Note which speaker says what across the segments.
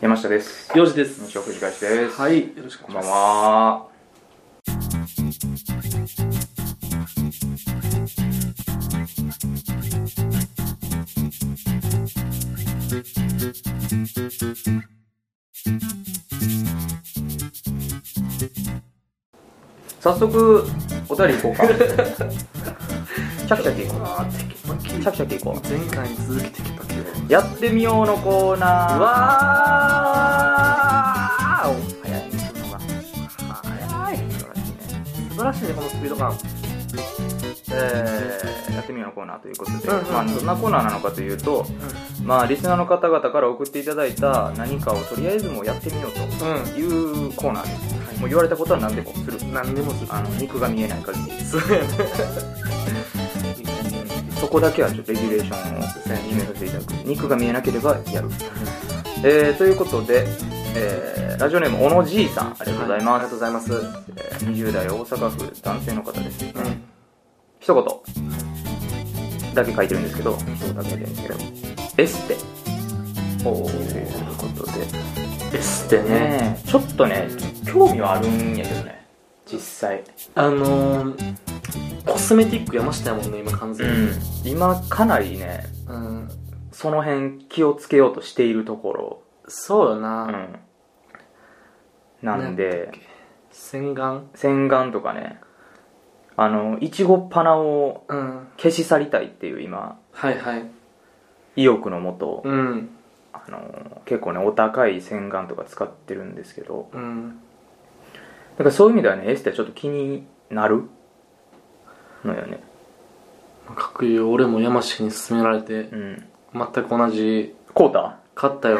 Speaker 1: 山下です。
Speaker 2: よじです。
Speaker 1: 西尾藤返しです。。
Speaker 2: はいい、よろしく
Speaker 1: こ
Speaker 2: お
Speaker 1: ん
Speaker 2: 願
Speaker 1: ば
Speaker 2: い
Speaker 1: ん
Speaker 2: しま
Speaker 1: は。早速、お便り行こう か。チャキチャキ行こ
Speaker 2: す。あー、テキパ
Speaker 1: う。チャキチャキ行こう。
Speaker 2: キ。前回に続きテキパキを。
Speaker 1: やってみようのコーナー。
Speaker 2: うわー
Speaker 1: 早い。
Speaker 2: 早
Speaker 1: 素晴ら
Speaker 2: い。
Speaker 1: しいね。
Speaker 2: 素晴らしいね、このスピード感。
Speaker 1: えーやってみようのコーナーということで、
Speaker 2: うんうんうん
Speaker 1: まあ、どんなコーナーなのかというと、まあ、リスナーの方々から送っていただいた何かをとりあえずもうやってみよう
Speaker 2: うん。うん。
Speaker 1: というコーナーです、もう言われたことは何でもする
Speaker 2: 何でもする。
Speaker 1: あの肉が見えない限り
Speaker 2: そうやね。
Speaker 1: そこだけはちょっとレギュレーションを決めさせていただく肉が見えなければ やる、えーということで、えーラジオネームおのじいさんありがとうござい
Speaker 2: はあ
Speaker 1: ま
Speaker 2: りがとう
Speaker 1: す、
Speaker 2: ございます。う
Speaker 1: えー20代大阪府男性の方ですね、
Speaker 2: ん。
Speaker 1: 一言だけ書いてるんですけど一言だけ書いてるんですけどエステおーということで
Speaker 2: ですってね。
Speaker 1: ねえちょっとね興味はあるんやけどね実際
Speaker 2: あのー、コスメティック山下やもんね、今完全に。
Speaker 1: 今かなりね
Speaker 2: うん。
Speaker 1: その辺気をつけようとしているところ
Speaker 2: そうよ
Speaker 1: う
Speaker 2: な。
Speaker 1: んなんで
Speaker 2: 洗顔
Speaker 1: 洗顔とかねあのいちごっ鼻を
Speaker 2: うん。
Speaker 1: 消し去りたいっていう今
Speaker 2: はいはい。
Speaker 1: 意欲のもと、
Speaker 2: うん。
Speaker 1: あの結構ねお高い洗顔とか使ってるんですけど
Speaker 2: うん。
Speaker 1: だからそういう意味ではねエステはちょっと気になるのよね
Speaker 2: 各有俺も山下に勧められて
Speaker 1: うん
Speaker 2: 全く同じ
Speaker 1: こうた
Speaker 2: 買っ たよ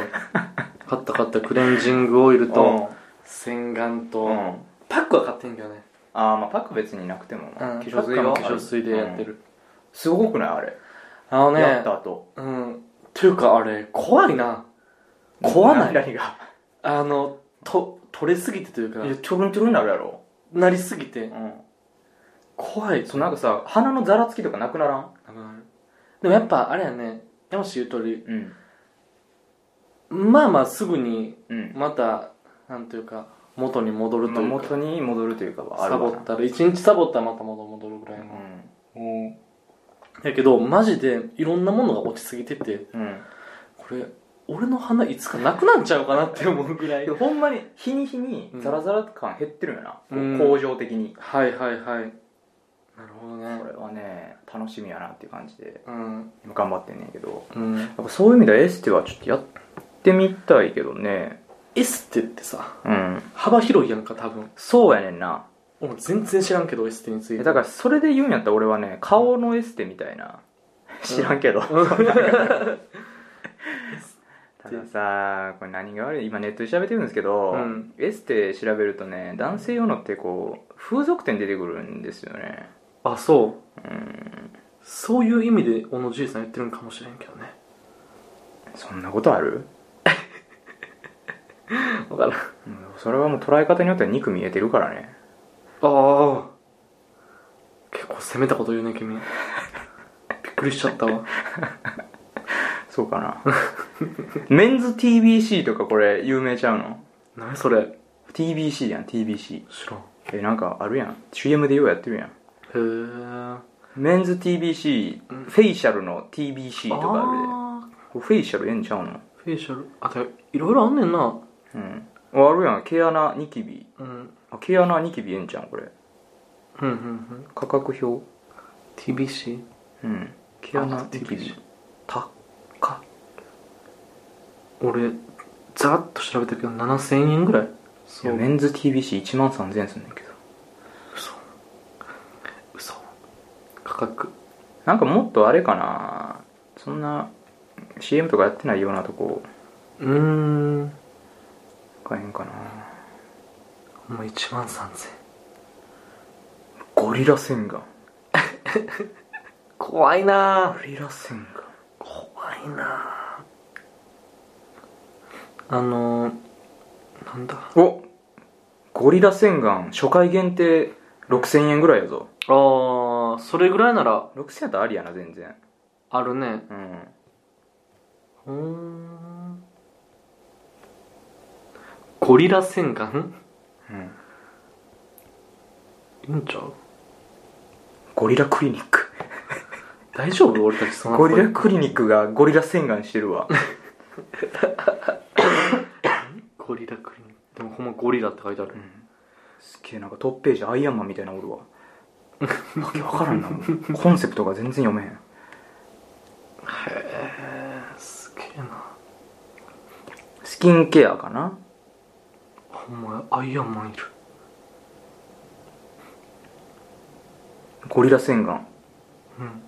Speaker 2: 買った買ったクレンジングオイルと洗顔と、
Speaker 1: うんあ
Speaker 2: パックは買ってんけどね、
Speaker 1: あまあパック別になくても、
Speaker 2: う
Speaker 1: まあ
Speaker 2: ん、
Speaker 1: 化粧水
Speaker 2: パ
Speaker 1: は
Speaker 2: ックはもう化粧水でやっ
Speaker 1: う
Speaker 2: て
Speaker 1: ん
Speaker 2: る、
Speaker 1: すごくないあれ、
Speaker 2: あの
Speaker 1: やっ
Speaker 2: ね
Speaker 1: た後
Speaker 2: うんというかあれ怖いな怖ない
Speaker 1: 何が
Speaker 2: あのと取れすぎてというか
Speaker 1: いやちょろんちょろになるやろ、
Speaker 2: なりすぎて
Speaker 1: うん、
Speaker 2: 怖い
Speaker 1: そうなんかさ鼻のざらつきとかなくならん
Speaker 2: なくなるでもやっぱあれやね山下言う通り
Speaker 1: うん
Speaker 2: まあまあすぐに
Speaker 1: うん、
Speaker 2: またなんというか元に戻る
Speaker 1: ま
Speaker 2: と
Speaker 1: あ、
Speaker 2: いう
Speaker 1: 元
Speaker 2: か、
Speaker 1: に戻るというかはある
Speaker 2: サボ
Speaker 1: わ
Speaker 2: っ
Speaker 1: な
Speaker 2: たら一日サボったらまた元に戻るぐらいの、
Speaker 1: うん
Speaker 2: やけどマジでいろんなものが落ちすぎてて
Speaker 1: うん
Speaker 2: これ俺の鼻いつかなくなっちゃうかなって思うぐらい
Speaker 1: でもほんまに日に日に
Speaker 2: うん
Speaker 1: ザラザラ感減ってるよな、
Speaker 2: うん
Speaker 1: こう向上的に
Speaker 2: はいはいはいなるほどね
Speaker 1: これはね楽しみやなっていう感じで
Speaker 2: うん
Speaker 1: 今頑張ってんねんけど
Speaker 2: うん
Speaker 1: やっぱそういう意味ではエステはちょっとやってみたいけどね
Speaker 2: エステってさ
Speaker 1: うん
Speaker 2: 幅広いやんか多分
Speaker 1: そうやねんな
Speaker 2: 俺全然知らんけどエステについ
Speaker 1: え
Speaker 2: て
Speaker 1: だからそれで言うんやったら俺はね顔のエステみたいな知らんけど、
Speaker 2: うん
Speaker 1: たださこれ何が悪い今ネットで調べてるんですけど、
Speaker 2: うん
Speaker 1: エステ調べるとね男性用のってこう風俗店出てくるんですよね
Speaker 2: あそう
Speaker 1: うん
Speaker 2: そういう意味で小野じいさん言ってるんかもしれんけどね
Speaker 1: そんなことある
Speaker 2: 分からんあ
Speaker 1: うんそれはもう捉え方によっては肉見えてるからね
Speaker 2: あ結構攻めたこと言うね君びっくりしちゃった わ
Speaker 1: そうかな メンズ TBC とかこれ有名ちゃうの
Speaker 2: 何それ
Speaker 1: TBC やん TBC
Speaker 2: 知らん
Speaker 1: えなんかあるやん CM でようやってるやん
Speaker 2: へえ
Speaker 1: メンズ TBC、
Speaker 2: うん
Speaker 1: フェイシャルの TBC とかあるで
Speaker 2: あ
Speaker 1: これフェイシャルええんちゃうの
Speaker 2: ーフェイシャルあていろいろあんねんな
Speaker 1: うんあるやん毛穴ニキビ
Speaker 2: うん
Speaker 1: あ毛穴ニキビええんちゃうんこれ
Speaker 2: うんうんうん
Speaker 1: 価格表
Speaker 2: TBC
Speaker 1: うん毛穴
Speaker 2: あ
Speaker 1: ニキビ
Speaker 2: TBC
Speaker 1: たか
Speaker 2: 俺ざっと調べたけど7000円ぐらい
Speaker 1: い
Speaker 2: そ
Speaker 1: やメンズ TBC1 万3000円すんねんけど
Speaker 2: 嘘嘘価格
Speaker 1: なんかもっとあれかなそんな CM とかやってないようなとこ
Speaker 2: うーん
Speaker 1: 買えんかな
Speaker 2: もう1万3000円
Speaker 1: ゴリラ洗顔
Speaker 2: 怖いな
Speaker 1: ゴリラ洗顔
Speaker 2: 怖いなあのー、なんだあ
Speaker 1: おゴリラ洗顔初回限定6000円ぐらいやぞ
Speaker 2: ーそれぐらいなら
Speaker 1: 6000円とありやな全然
Speaker 2: あるね
Speaker 1: うん
Speaker 2: うーんゴリラ戦艦
Speaker 1: うん
Speaker 2: いいんちゃう
Speaker 1: ゴリラクリニック
Speaker 2: 大丈夫俺たちそんな
Speaker 1: ゴリラクリニックがゴリラ洗顔してる わ
Speaker 2: ゴリラクリニックでもほんまゴリラって書いてある、
Speaker 1: すっげえなんかトップページアイアンマンみたいなのおるわわけわから んなコンセプトが全然読めへん
Speaker 2: へえすげえな
Speaker 1: スキンケアかな
Speaker 2: ほんまやアイアンマンいる
Speaker 1: ゴリラ洗顔
Speaker 2: うん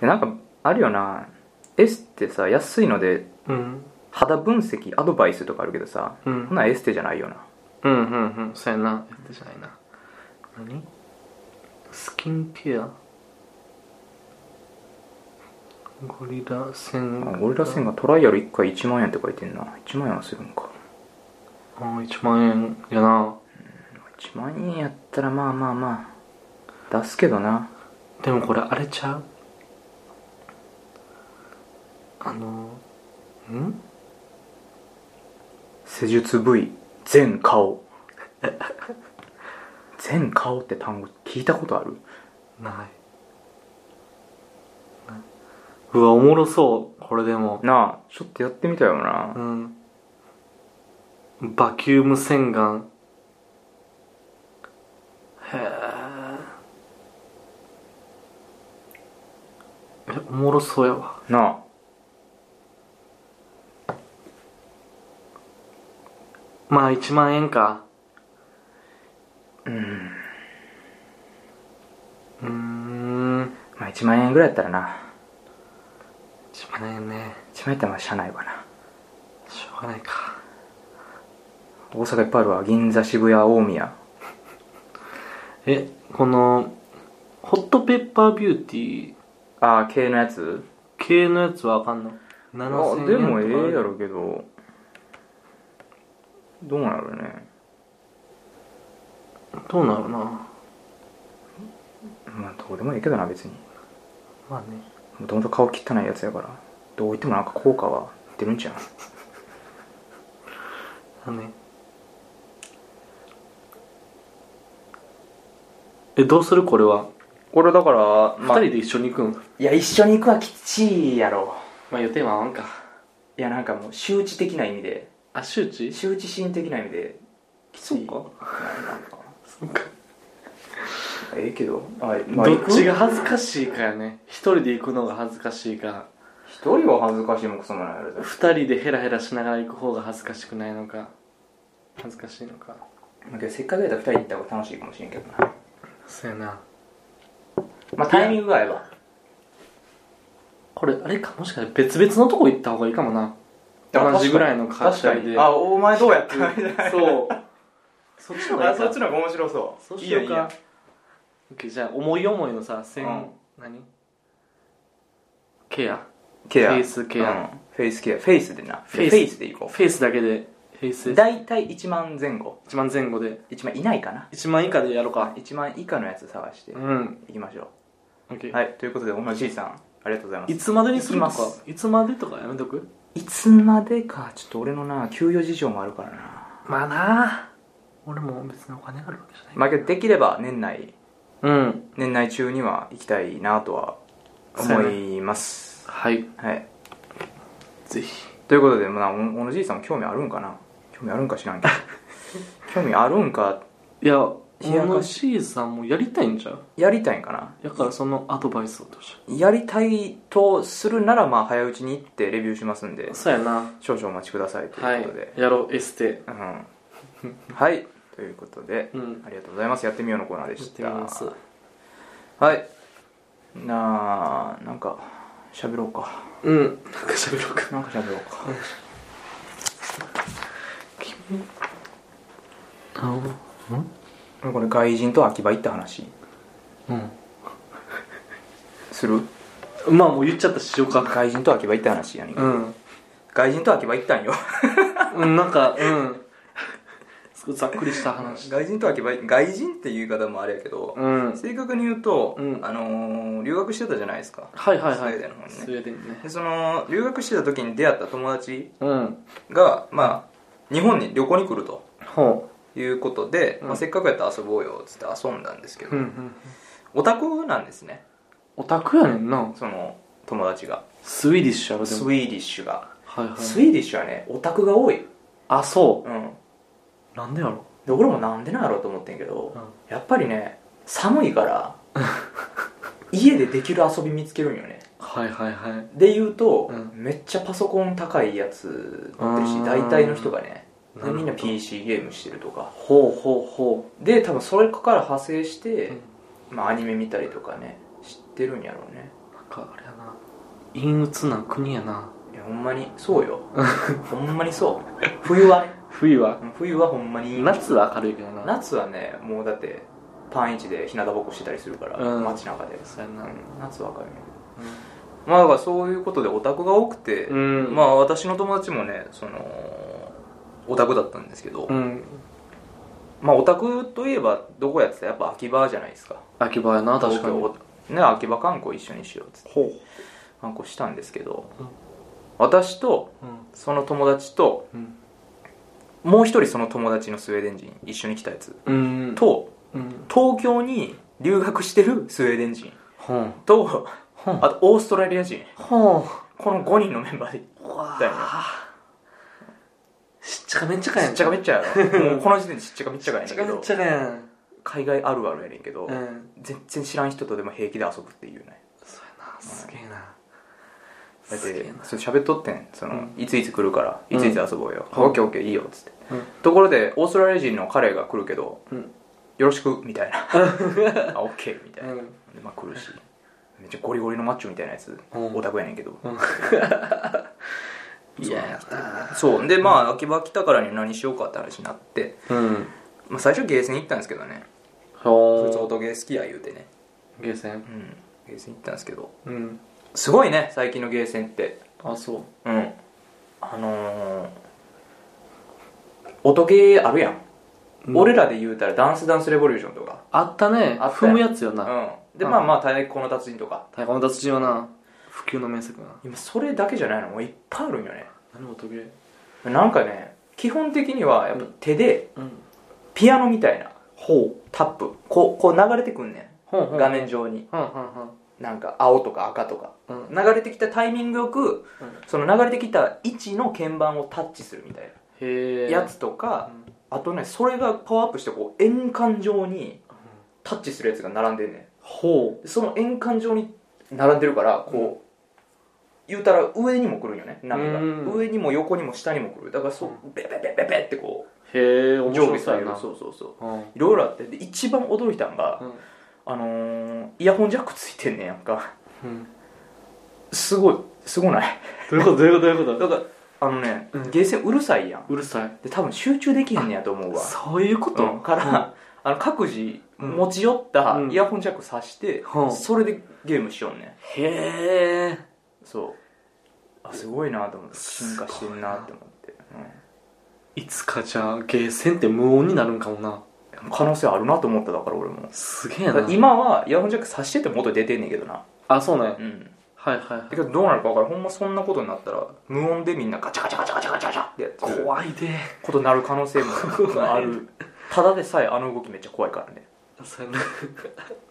Speaker 1: でなんかあるよなエスってさ安いので
Speaker 2: うん
Speaker 1: 肌分析アドバイスとかあるけどさ、
Speaker 2: うん
Speaker 1: そんなんエステじゃないよな
Speaker 2: うんうんうんそうやなやったじゃないな何スキンケアゴリラ戦
Speaker 1: あ
Speaker 2: 艦
Speaker 1: ゴリラ洗顔トライアル1回1万円って書いてんな1万円はするんか
Speaker 2: ああ1万円やな
Speaker 1: 1万円やったらまあまあまあ出すけどな
Speaker 2: でもこれあれちゃうあのん
Speaker 1: 施術部位全顔 全顔って単語聞いたことある
Speaker 2: ないないうわおもろそうこれでも
Speaker 1: なあちょっとやってみたよな、
Speaker 2: うんバキューム洗顔へええおもろそうやわ
Speaker 1: な
Speaker 2: まあ1万円かうんうーん
Speaker 1: あまあ1万円ぐらいやったらな
Speaker 2: 1万円ね
Speaker 1: 1万円やったらまあしゃあないわな
Speaker 2: しょうがないか
Speaker 1: 大阪いっぱいあるわ銀座渋谷大宮
Speaker 2: えこのホットペッパービューティー
Speaker 1: ああ系のやつ
Speaker 2: 系のやつはあかんの
Speaker 1: あ
Speaker 2: 7000円
Speaker 1: でもえ
Speaker 2: とか
Speaker 1: えやろうけどどうなるね
Speaker 2: どうなるな
Speaker 1: まあどうでもいいけどな別に
Speaker 2: まあね
Speaker 1: もともと顔汚いやつやからどう言ってもなんか効果は出るんちゃう
Speaker 2: あのねえどうするこれは、
Speaker 1: これだから、
Speaker 2: 二
Speaker 1: まあ、
Speaker 2: 人で一緒に行くん
Speaker 1: いや一緒に行くはきちいやろ
Speaker 2: まあ予定は合わんか
Speaker 1: いやなんかもう周知的な意味で
Speaker 2: あ周知
Speaker 1: 周知心的な意味できつい
Speaker 2: そう
Speaker 1: なんか
Speaker 2: そうか
Speaker 1: ええけどあ、まあ、
Speaker 2: どっち
Speaker 1: 行く
Speaker 2: が恥ずかしいかやね一人で行くのが恥ずかしいか
Speaker 1: 一人は恥ずかしいもくそもないやろ絶
Speaker 2: 二人でヘラヘラしながら行く方が恥ずかしくないのか恥ずかしいのか
Speaker 1: 対まあけどせっかくやったら二人で行った方が楽しいかもしれんけどな
Speaker 2: そうやな
Speaker 1: まあタイミングが合えば
Speaker 2: これあれかもしかして別々のとこ行った方がいいかもな同じぐらいの価
Speaker 1: 確か
Speaker 2: 格
Speaker 1: に
Speaker 2: で
Speaker 1: あお前どうやったみたいな
Speaker 2: そう そっちの方がい
Speaker 1: あ
Speaker 2: い
Speaker 1: そ
Speaker 2: か
Speaker 1: っちの方が面白そう
Speaker 2: そう
Speaker 1: い
Speaker 2: し
Speaker 1: いや
Speaker 2: よ
Speaker 1: いうい
Speaker 2: か
Speaker 1: や
Speaker 2: OK じゃあ思い思いのさ線、
Speaker 1: うん
Speaker 2: 何ケア
Speaker 1: ケア
Speaker 2: フェイスケア
Speaker 1: うんフェイスケアフェイスでな
Speaker 2: フェイス
Speaker 1: フェイスでいこ
Speaker 2: フェイスだけでフェイス
Speaker 1: う
Speaker 2: 1
Speaker 1: 大体1万前後
Speaker 2: 万前後で
Speaker 1: 1万いないかな
Speaker 2: 1万以下でやろうか
Speaker 1: 1万以下のやつ探して
Speaker 2: うん
Speaker 1: いきましょ
Speaker 2: OK、
Speaker 1: うはいということでおまじいさんありがとうございます
Speaker 2: い、つまでにすると
Speaker 1: いきま
Speaker 2: か
Speaker 1: す
Speaker 2: いつまでとかやめとく
Speaker 1: いつまでかちょっと俺のな給与事情もあるからな
Speaker 2: まあなあ俺も別にお金があるわけじゃない
Speaker 1: まあけどできれば年内
Speaker 2: うん
Speaker 1: 年内中には行きたいなとは思います
Speaker 2: はい
Speaker 1: はい
Speaker 2: ぜひ
Speaker 1: ということでまあおおのじいさんも興味あるんかな興味あるんか知らん けど興味あるんか
Speaker 2: いや
Speaker 1: 冷やか
Speaker 2: 小野
Speaker 1: し
Speaker 2: C さんもやりたいんちゃう
Speaker 1: やりたいんかな
Speaker 2: だからそのアドバイスをどうしよ
Speaker 1: やりたいとするならまあ早いうちに行ってレビューしますんで
Speaker 2: うそうやな
Speaker 1: 少々お待ちくださいと
Speaker 2: は
Speaker 1: いう
Speaker 2: い
Speaker 1: ことで、
Speaker 2: やろうエステ
Speaker 1: うん、はいということで
Speaker 2: うん
Speaker 1: ありがとうございますやってみようのコーナーで
Speaker 2: やっ
Speaker 1: してた
Speaker 2: みます
Speaker 1: はいなあなんか喋ろうか
Speaker 2: うんなんか喋ろうか
Speaker 1: なんか喋ろうか
Speaker 2: あうん
Speaker 1: これ外人と秋葉行った話
Speaker 2: う
Speaker 1: する
Speaker 2: んまあもう言っちゃったししようか
Speaker 1: 外人と秋葉行った話やねんけ
Speaker 2: う
Speaker 1: ど
Speaker 2: ん
Speaker 1: 外人と秋葉行ったんよ
Speaker 2: うんなんかうんすごいざっくりした話
Speaker 1: 外人と秋葉い外人っていう言い方もあれやけど、
Speaker 2: うんはい
Speaker 1: 正確に言うと、
Speaker 2: うん
Speaker 1: あのー留学してたじゃないですか
Speaker 2: はいはい
Speaker 1: スウェーデンの方にね
Speaker 2: スウェーデンね
Speaker 1: でその留学してた時に出会った友達
Speaker 2: うん
Speaker 1: がまあ日本に旅行に来ると
Speaker 2: ほ
Speaker 1: いうことで、
Speaker 2: うん
Speaker 1: まあ、せっかくやったら遊ぼうよっつって遊んだんですけど、
Speaker 2: ううんうん
Speaker 1: オタクなんですね
Speaker 2: オタクやねんな
Speaker 1: その友達が
Speaker 2: スウィディッシュやろで
Speaker 1: ス
Speaker 2: も
Speaker 1: ウィーディッシュが、
Speaker 2: はいはい
Speaker 1: スウィーディッシュはねオタクが多い、
Speaker 2: あそ
Speaker 1: うん、
Speaker 2: うなんでやろ
Speaker 1: で俺もなんでなんやろうと思ってんけど、
Speaker 2: うん
Speaker 1: やっぱりね寒いから 家でできる遊び見つけるんよね
Speaker 2: はいはいはい
Speaker 1: で言うと、
Speaker 2: うん
Speaker 1: めっちゃパソコン高いやつ持ってる
Speaker 2: う
Speaker 1: し
Speaker 2: ん
Speaker 1: 大体の人がね
Speaker 2: な
Speaker 1: で
Speaker 2: るほど
Speaker 1: みんな PC ゲームしてるとか
Speaker 2: ほうほうほ
Speaker 1: で多分それから派生して
Speaker 2: う、うん
Speaker 1: まあアニメ見たりとかね知ってるんやろうね
Speaker 2: なんかあれやな陰鬱な国やない
Speaker 1: やほんまにそう よほんまにそう冬はね
Speaker 2: 冬は
Speaker 1: 冬はほんまに
Speaker 2: 夏は明るいけどな
Speaker 1: 夏はねもうだってパン市で日向ぼっこしてたりするから、
Speaker 2: うん
Speaker 1: 街中で、
Speaker 2: そうや
Speaker 1: う
Speaker 2: な、うん
Speaker 1: ん、夏は明るいんだけどまあだからそういうことでオタクが多くて、
Speaker 2: うん
Speaker 1: まあ私の友達もねそのオタクだったんですけど、
Speaker 2: うん
Speaker 1: まあオタクといえばどこやってたらやっぱ秋葉じゃないですか
Speaker 2: 秋葉やな確かに
Speaker 1: 東京ね秋葉観光一緒にしようっつって
Speaker 2: ほ
Speaker 1: 観光したんですけど、
Speaker 2: うん
Speaker 1: 私と
Speaker 2: ううん
Speaker 1: その友達と
Speaker 2: うん
Speaker 1: もう一人その友達のスウェーデン人一緒に来たやつ
Speaker 2: うん
Speaker 1: と
Speaker 2: うん
Speaker 1: 東京に留学してるスウェーデン人
Speaker 2: ほう
Speaker 1: と
Speaker 2: ほう
Speaker 1: あとオーストラリア人
Speaker 2: ほ
Speaker 1: この5人のメンバーで
Speaker 2: うわ
Speaker 1: だよ
Speaker 2: あしっちゃかめっちゃかや
Speaker 1: し
Speaker 2: ん
Speaker 1: っちゃかめっちゃや ろもうこの時点でしっちゃかめっちゃかや
Speaker 2: し
Speaker 1: ねん
Speaker 2: っちゃ
Speaker 1: け
Speaker 2: かめ
Speaker 1: ど
Speaker 2: っちゃかやん
Speaker 1: 海外あるあるやねんけど、
Speaker 2: うん
Speaker 1: 全然知らん人とでも平気で遊ぶっていうね
Speaker 2: そうやなすげえな
Speaker 1: だっ
Speaker 2: すげえ
Speaker 1: て
Speaker 2: な
Speaker 1: そう喋っとってんその、いついつ来るから
Speaker 2: うん
Speaker 1: いついつ遊ぼうよ、
Speaker 2: うん
Speaker 1: オッケーオッケーいいよっつって、
Speaker 2: うん
Speaker 1: ところでオーストラリア人の彼が来るけど
Speaker 2: うん
Speaker 1: よろしくみた いなあオッケーみたいな、
Speaker 2: うん
Speaker 1: でまあ来るしめっちゃゴリゴリのマッチョみたいなやつ、
Speaker 2: うん
Speaker 1: オタクやねんけど、
Speaker 2: うん
Speaker 1: そう
Speaker 2: いややな
Speaker 1: そうでまあ秋葉来たからに何しようかって話になって、
Speaker 2: うん
Speaker 1: まあ、最初ゲーセン行ったんですけどねそいつ
Speaker 2: ほ
Speaker 1: 音ゲー好きや言うてね
Speaker 2: うゲーセン
Speaker 1: うんゲーセン行ったんですけど
Speaker 2: うん
Speaker 1: すごいね最近のゲーセンって
Speaker 2: あそう
Speaker 1: うんあのー、音ゲーあるやん、
Speaker 2: うん
Speaker 1: 俺らで言うたらダンスダンスレボリューションとか
Speaker 2: あったね
Speaker 1: あった
Speaker 2: 踏
Speaker 1: よ
Speaker 2: むやつよな
Speaker 1: うんで
Speaker 2: うん
Speaker 1: まあまあ太鼓の達人とか
Speaker 2: 太鼓の達人はな普及の面積だな
Speaker 1: 今それだけじゃないのもういっぱいあるんよね
Speaker 2: 何音ゲー
Speaker 1: なんかね基本的にはやっぱ手で
Speaker 2: うん
Speaker 1: ピアノみたいな
Speaker 2: ほう
Speaker 1: タップこうこう流れてくんね
Speaker 2: ほうんほう
Speaker 1: 画面上に
Speaker 2: うんうん
Speaker 1: なんか青とか赤とか
Speaker 2: うんうん
Speaker 1: 流れてきたタイミングよくその流れてきた位置の鍵盤をタッチするみたいな
Speaker 2: へえ
Speaker 1: やつとか、あとねそれがパワーアップしてこう円環状にタッチするやつが並んでんね
Speaker 2: ほ
Speaker 1: んその円環状に並んでるからこう、言うたら上にも来るんよね波が
Speaker 2: うん
Speaker 1: 上にも横にも下にも来るだからそうベベベベベってこ
Speaker 2: うへえ
Speaker 1: う
Speaker 2: 面
Speaker 1: 上下
Speaker 2: 白
Speaker 1: され
Speaker 2: そうや
Speaker 1: る
Speaker 2: な
Speaker 1: そうそうそう
Speaker 2: うん
Speaker 1: いろいろあってで一番驚いたんが、あのー、イヤホンジャックついてんねんやんか
Speaker 2: うん
Speaker 1: すごいすごない
Speaker 2: どういうことどういうことどういうこと
Speaker 1: だからあのね、
Speaker 2: うん
Speaker 1: ゲーセンうるさいやん
Speaker 2: うるさい
Speaker 1: で多分集中できへんねやと思うわ
Speaker 2: そういうこ
Speaker 1: うんから、あの各自
Speaker 2: うん
Speaker 1: 持ち寄った
Speaker 2: うん
Speaker 1: イヤホンジャック挿して、
Speaker 2: うん
Speaker 1: それでゲームしようね
Speaker 2: へえ
Speaker 1: そうあすごいなと思って進化してんなって思って、
Speaker 2: いつかじゃあゲーセンって無音になるんかもな
Speaker 1: うん可能性あるなと思っただから俺も
Speaker 2: すげえ
Speaker 1: だか
Speaker 2: な
Speaker 1: ら今はイヤホンジャック挿してて元出てんねんけどな
Speaker 2: あそうね
Speaker 1: うんだ
Speaker 2: はいは
Speaker 1: けどどうなるか分からんほんまそんなことになったら無音でみんなガチャガチャガチャガチャガチャガチャってや
Speaker 2: い
Speaker 1: る
Speaker 2: 怖いで
Speaker 1: ことになる可能性も
Speaker 2: 怖い
Speaker 1: あるただでさえあの動きめっちゃ怖いからね
Speaker 2: そうやな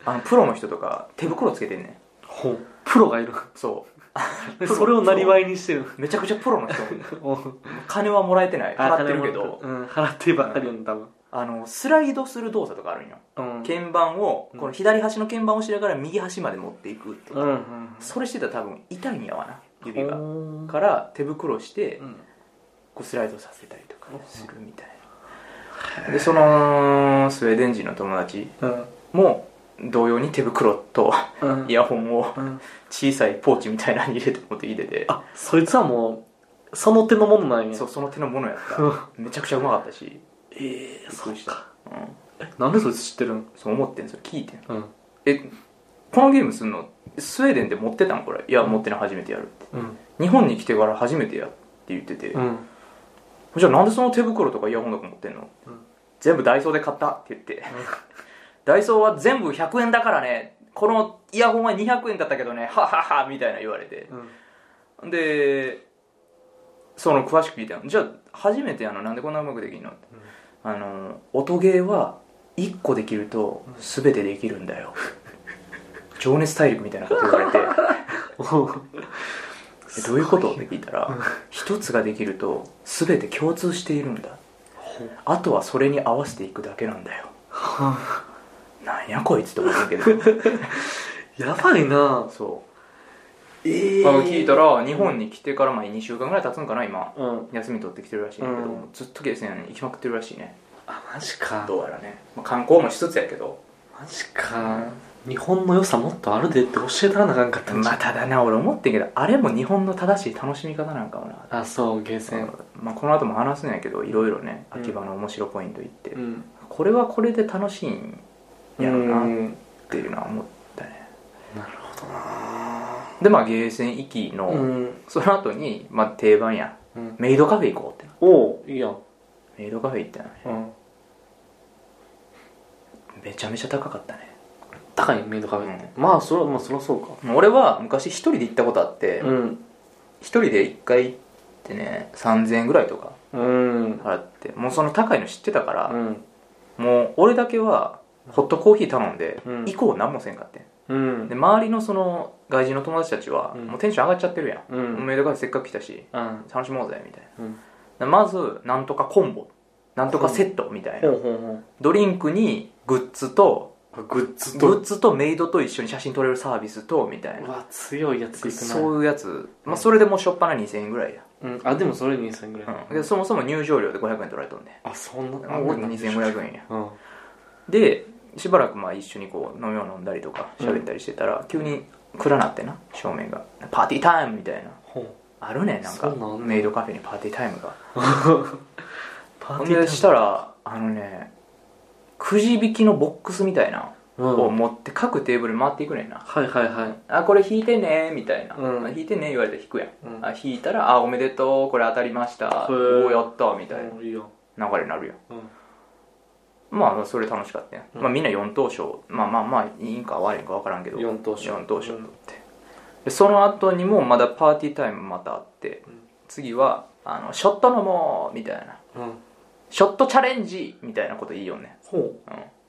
Speaker 1: あのプロの人とか手袋つけてんねん
Speaker 2: ほうプロがいる
Speaker 1: そう
Speaker 2: でそれをなりわいにしてる
Speaker 1: めちゃくちゃプロの 人
Speaker 2: うん
Speaker 1: 金はもらえてない払ってるけど
Speaker 2: うん払ってばっかりやん多分
Speaker 1: あのスライドする動作とかあるんよ
Speaker 2: うん
Speaker 1: 鍵盤を
Speaker 2: うん
Speaker 1: この左端の鍵盤をしながら右端まで持っていくとか、
Speaker 2: うんうん
Speaker 1: それしてたら多分痛いんやわな指
Speaker 2: 指が
Speaker 1: がから手袋して
Speaker 2: うん
Speaker 1: こうスライドさせたりとかするみたいなでそのスウェーデン人の友達
Speaker 2: うん
Speaker 1: も同様に手袋と
Speaker 2: うん
Speaker 1: イヤホンを
Speaker 2: うん
Speaker 1: 小さいポーチみたいなのに入れて持ってきてて
Speaker 2: あそいつはもうその手のものなんや
Speaker 1: そうその手のものやっ
Speaker 2: う
Speaker 1: ためちゃくちゃうまかったし
Speaker 2: え
Speaker 1: び
Speaker 2: え
Speaker 1: っく
Speaker 2: そう
Speaker 1: りした
Speaker 2: か
Speaker 1: うん
Speaker 2: えなんでそいつ知ってるん
Speaker 1: そう思ってんそれ聞いてん
Speaker 2: うん
Speaker 1: えこのゲームすんのスウェーデンで持ってたんこれいや持ってない初めてやるって
Speaker 2: うん
Speaker 1: 日本に来てから初めてやって言ってて、
Speaker 2: うん
Speaker 1: じゃあなんでその手袋とかイヤホンとか持ってんの、
Speaker 2: うん
Speaker 1: 全部ダイソーで買ったって言って、 ダイソーは全部100円だからねこのイヤホンは200円だったけどねはははみたいな言われて
Speaker 2: うん
Speaker 1: でその詳しく聞いたよじゃあ初めてやのなんでこんなうまくできんのって、あの音ゲーは1個できると全てできるん だよ情熱大陸みたいなこと言われて えどういうことって聞いたら一つができると全て共通しているんだあとはそれに合わせていくだけなんだよなんや こいつって思ってんけど
Speaker 2: やばいな
Speaker 1: そ
Speaker 2: え
Speaker 1: う、あの聞いたら日
Speaker 2: に
Speaker 1: 本に来てからまあ2週間ぐらい経つんかな今
Speaker 2: うん
Speaker 1: 休み取ってきてるらしいんだけど、
Speaker 2: うん
Speaker 1: ずっとゲーセン行きまくってるらしいね
Speaker 2: あマジか
Speaker 1: どうやらね、まあ、観光もしつつやけど
Speaker 2: マジか日本の良さもっとあるでって教えたらなあかんかったんじゃ
Speaker 1: まあただな俺思ってんけどあれも日本の正しい楽しみ方なんかもな
Speaker 2: あそうゲーセン
Speaker 1: まあ、この後も話すんやけどいろいろね
Speaker 2: うん
Speaker 1: 秋葉の面白ポイント行って、
Speaker 2: うん
Speaker 1: これはこれで楽しいんやろ
Speaker 2: う
Speaker 1: なっ
Speaker 2: ん
Speaker 1: ていうのは思ったね
Speaker 2: なるほどな
Speaker 1: でまあゲーセン行きの、
Speaker 2: うん
Speaker 1: その後にまあ定番や
Speaker 2: うん
Speaker 1: メイドカフェ行こうってな
Speaker 2: おういいやん
Speaker 1: メイドカフェ行ったのね
Speaker 2: うん
Speaker 1: めちゃめちゃ高かったね
Speaker 2: 高いメイドカフェってまあそらまあそらそうか
Speaker 1: もう俺は昔一人で行ったことあって
Speaker 2: うん
Speaker 1: 一、人で一回行ってね3000円ぐらいとか
Speaker 2: うん
Speaker 1: 払ってもうその高いの知ってたから、
Speaker 2: うん
Speaker 1: もう俺だけはホットコーヒー頼んで、
Speaker 2: うん
Speaker 1: 以降何もせんかってん
Speaker 2: うん
Speaker 1: で周りのその外人の友達たちは、
Speaker 2: うん
Speaker 1: もうテンション上がっちゃってるやん、
Speaker 2: う
Speaker 1: もうんメイドカフェせっかく来たし
Speaker 2: うん
Speaker 1: 楽しもうぜみたいな
Speaker 2: うん
Speaker 1: でまずなんとかコンボなんとかセットみたいな、
Speaker 2: ほうほうほ
Speaker 1: ドリンクにグッズと
Speaker 2: うグッズ
Speaker 1: グ
Speaker 2: と
Speaker 1: ッズとメイドと一緒に写真撮れるサービスとみたいうな
Speaker 2: わ強いやついくな
Speaker 1: そういうやつ、まあ、それでもうしょっぱな2000円ぐらいや、
Speaker 2: うんあでもそれ2000ぐら
Speaker 1: う
Speaker 2: い
Speaker 1: ん、けどそもそも入場料で500円取られとんね
Speaker 2: あそんな
Speaker 1: 俺2500円や
Speaker 2: うん
Speaker 1: でしばらくまあ一緒にこう飲みを飲んだりとか喋ったりしてたら、急に暗なってな照明がパーティータイムみたいな
Speaker 2: ほう
Speaker 1: あるねなん
Speaker 2: そ
Speaker 1: か
Speaker 2: うなんだ
Speaker 1: メイドカフェにパーティータイムが
Speaker 2: パ
Speaker 1: ほん
Speaker 2: ーティー
Speaker 1: でしたらあのねくじ引きのボックスみたいな
Speaker 2: うん
Speaker 1: を持って各テーブルに回っていくねんな、
Speaker 2: はいはいはい
Speaker 1: あこれ引いてねみたいな、
Speaker 2: うん
Speaker 1: あ引いてね言われて引くやん、
Speaker 2: うん
Speaker 1: あ引いたらあおめでとうこれ当たりました
Speaker 2: へ
Speaker 1: お
Speaker 2: ー
Speaker 1: おやったみたい
Speaker 2: うんいいよ
Speaker 1: な流れになるやん
Speaker 2: うん
Speaker 1: まあそれ楽しかったやん、
Speaker 2: うん
Speaker 1: まあみんな4等賞まあまあまあいいんか悪いんか分からんけど
Speaker 2: 四等賞
Speaker 1: 4等賞取って、でその後にもまだパーティータイムまたあって、
Speaker 2: うん
Speaker 1: 次はあの「ショット飲もう」みたいな
Speaker 2: うん
Speaker 1: 「ショットチャレンジ」みたいなこといいよね、
Speaker 2: ほ
Speaker 1: うん、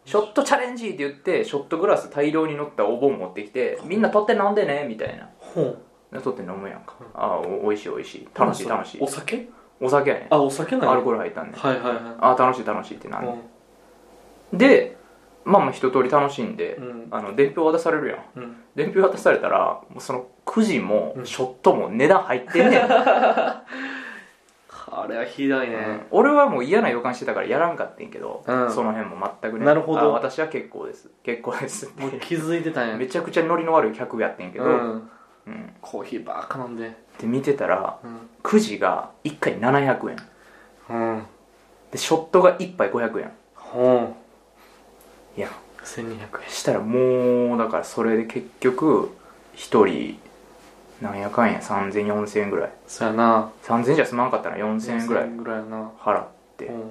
Speaker 1: ショットチャレンジって言ってショットグラス大量に乗ったお盆持ってきてみんな取って飲んでねみたいな
Speaker 2: うほう
Speaker 1: で取って飲むやんか、ああおおいしいおいしい楽しい楽しい
Speaker 2: お酒
Speaker 1: お酒やね
Speaker 2: あお酒なの
Speaker 1: アルコール入ったんで、
Speaker 2: はいはいは
Speaker 1: ああ楽しい楽しいってなん
Speaker 2: い
Speaker 1: で、
Speaker 2: うん
Speaker 1: でまあまあ一通り楽しんで、
Speaker 2: うん
Speaker 1: あの伝票渡されるやん
Speaker 2: うん
Speaker 1: 伝票渡されたらもうそのくじも
Speaker 2: うん
Speaker 1: ショットも値段入ってん ねん、
Speaker 2: あれはひどいね
Speaker 1: 俺はもう嫌な予感してたからやらんかってんけど、
Speaker 2: うん
Speaker 1: その辺も全くね
Speaker 2: なるほど
Speaker 1: あ私は結構です結構ですって
Speaker 2: もう気づいてたんや
Speaker 1: めちゃくちゃノリの悪い客やってんけど、
Speaker 2: うん
Speaker 1: うん
Speaker 2: コーヒーばっか飲んで
Speaker 1: で見てたら
Speaker 2: うん
Speaker 1: くじが1回700円
Speaker 2: うん
Speaker 1: でショットが1杯500円
Speaker 2: ほう
Speaker 1: いや
Speaker 2: 1200円
Speaker 1: したらもうだからそれで結局1人なんやかんや30004000円ぐらい
Speaker 2: そうやな
Speaker 1: 3000じゃ済まんかったな4000円ぐらい
Speaker 2: ぐらいやな
Speaker 1: 払って、
Speaker 2: うん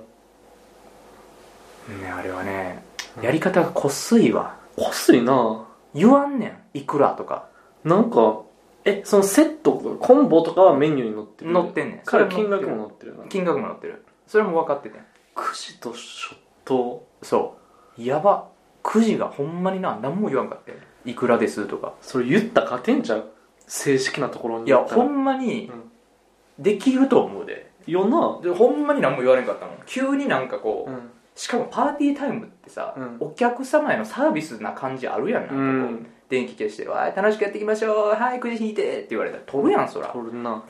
Speaker 1: ねあれはね
Speaker 2: うん
Speaker 1: やり方がこすいわ
Speaker 2: こすいな
Speaker 1: 言わんねんいくらとか
Speaker 2: なんかえそのセットとかコンボとかはメニューに載ってる
Speaker 1: 載ってんねん
Speaker 2: から
Speaker 1: それ
Speaker 2: 金
Speaker 1: は載ってる
Speaker 2: 額も載ってるよな
Speaker 1: 金額も載ってるそれも分かっててん
Speaker 2: くじとショット
Speaker 1: そうやばくじがほんまにな何も言わんかっていくらですとか
Speaker 2: それ言ったら勝てんちゃう正式なところに
Speaker 1: いや
Speaker 2: 言ったら
Speaker 1: ほんまに
Speaker 2: うん
Speaker 1: できると思うで
Speaker 2: よな
Speaker 1: でほんまに何も言われんかったもん急になんかこう、
Speaker 2: ん
Speaker 1: しかもパーティータイムってさ、
Speaker 2: うん
Speaker 1: お客様へのサービスな感じあるやんなんかこう、
Speaker 2: うん
Speaker 1: 電気消して「わーい楽しくやっていきましょうはいくじ引いて」って言われたら取るやんそら700
Speaker 2: 取るな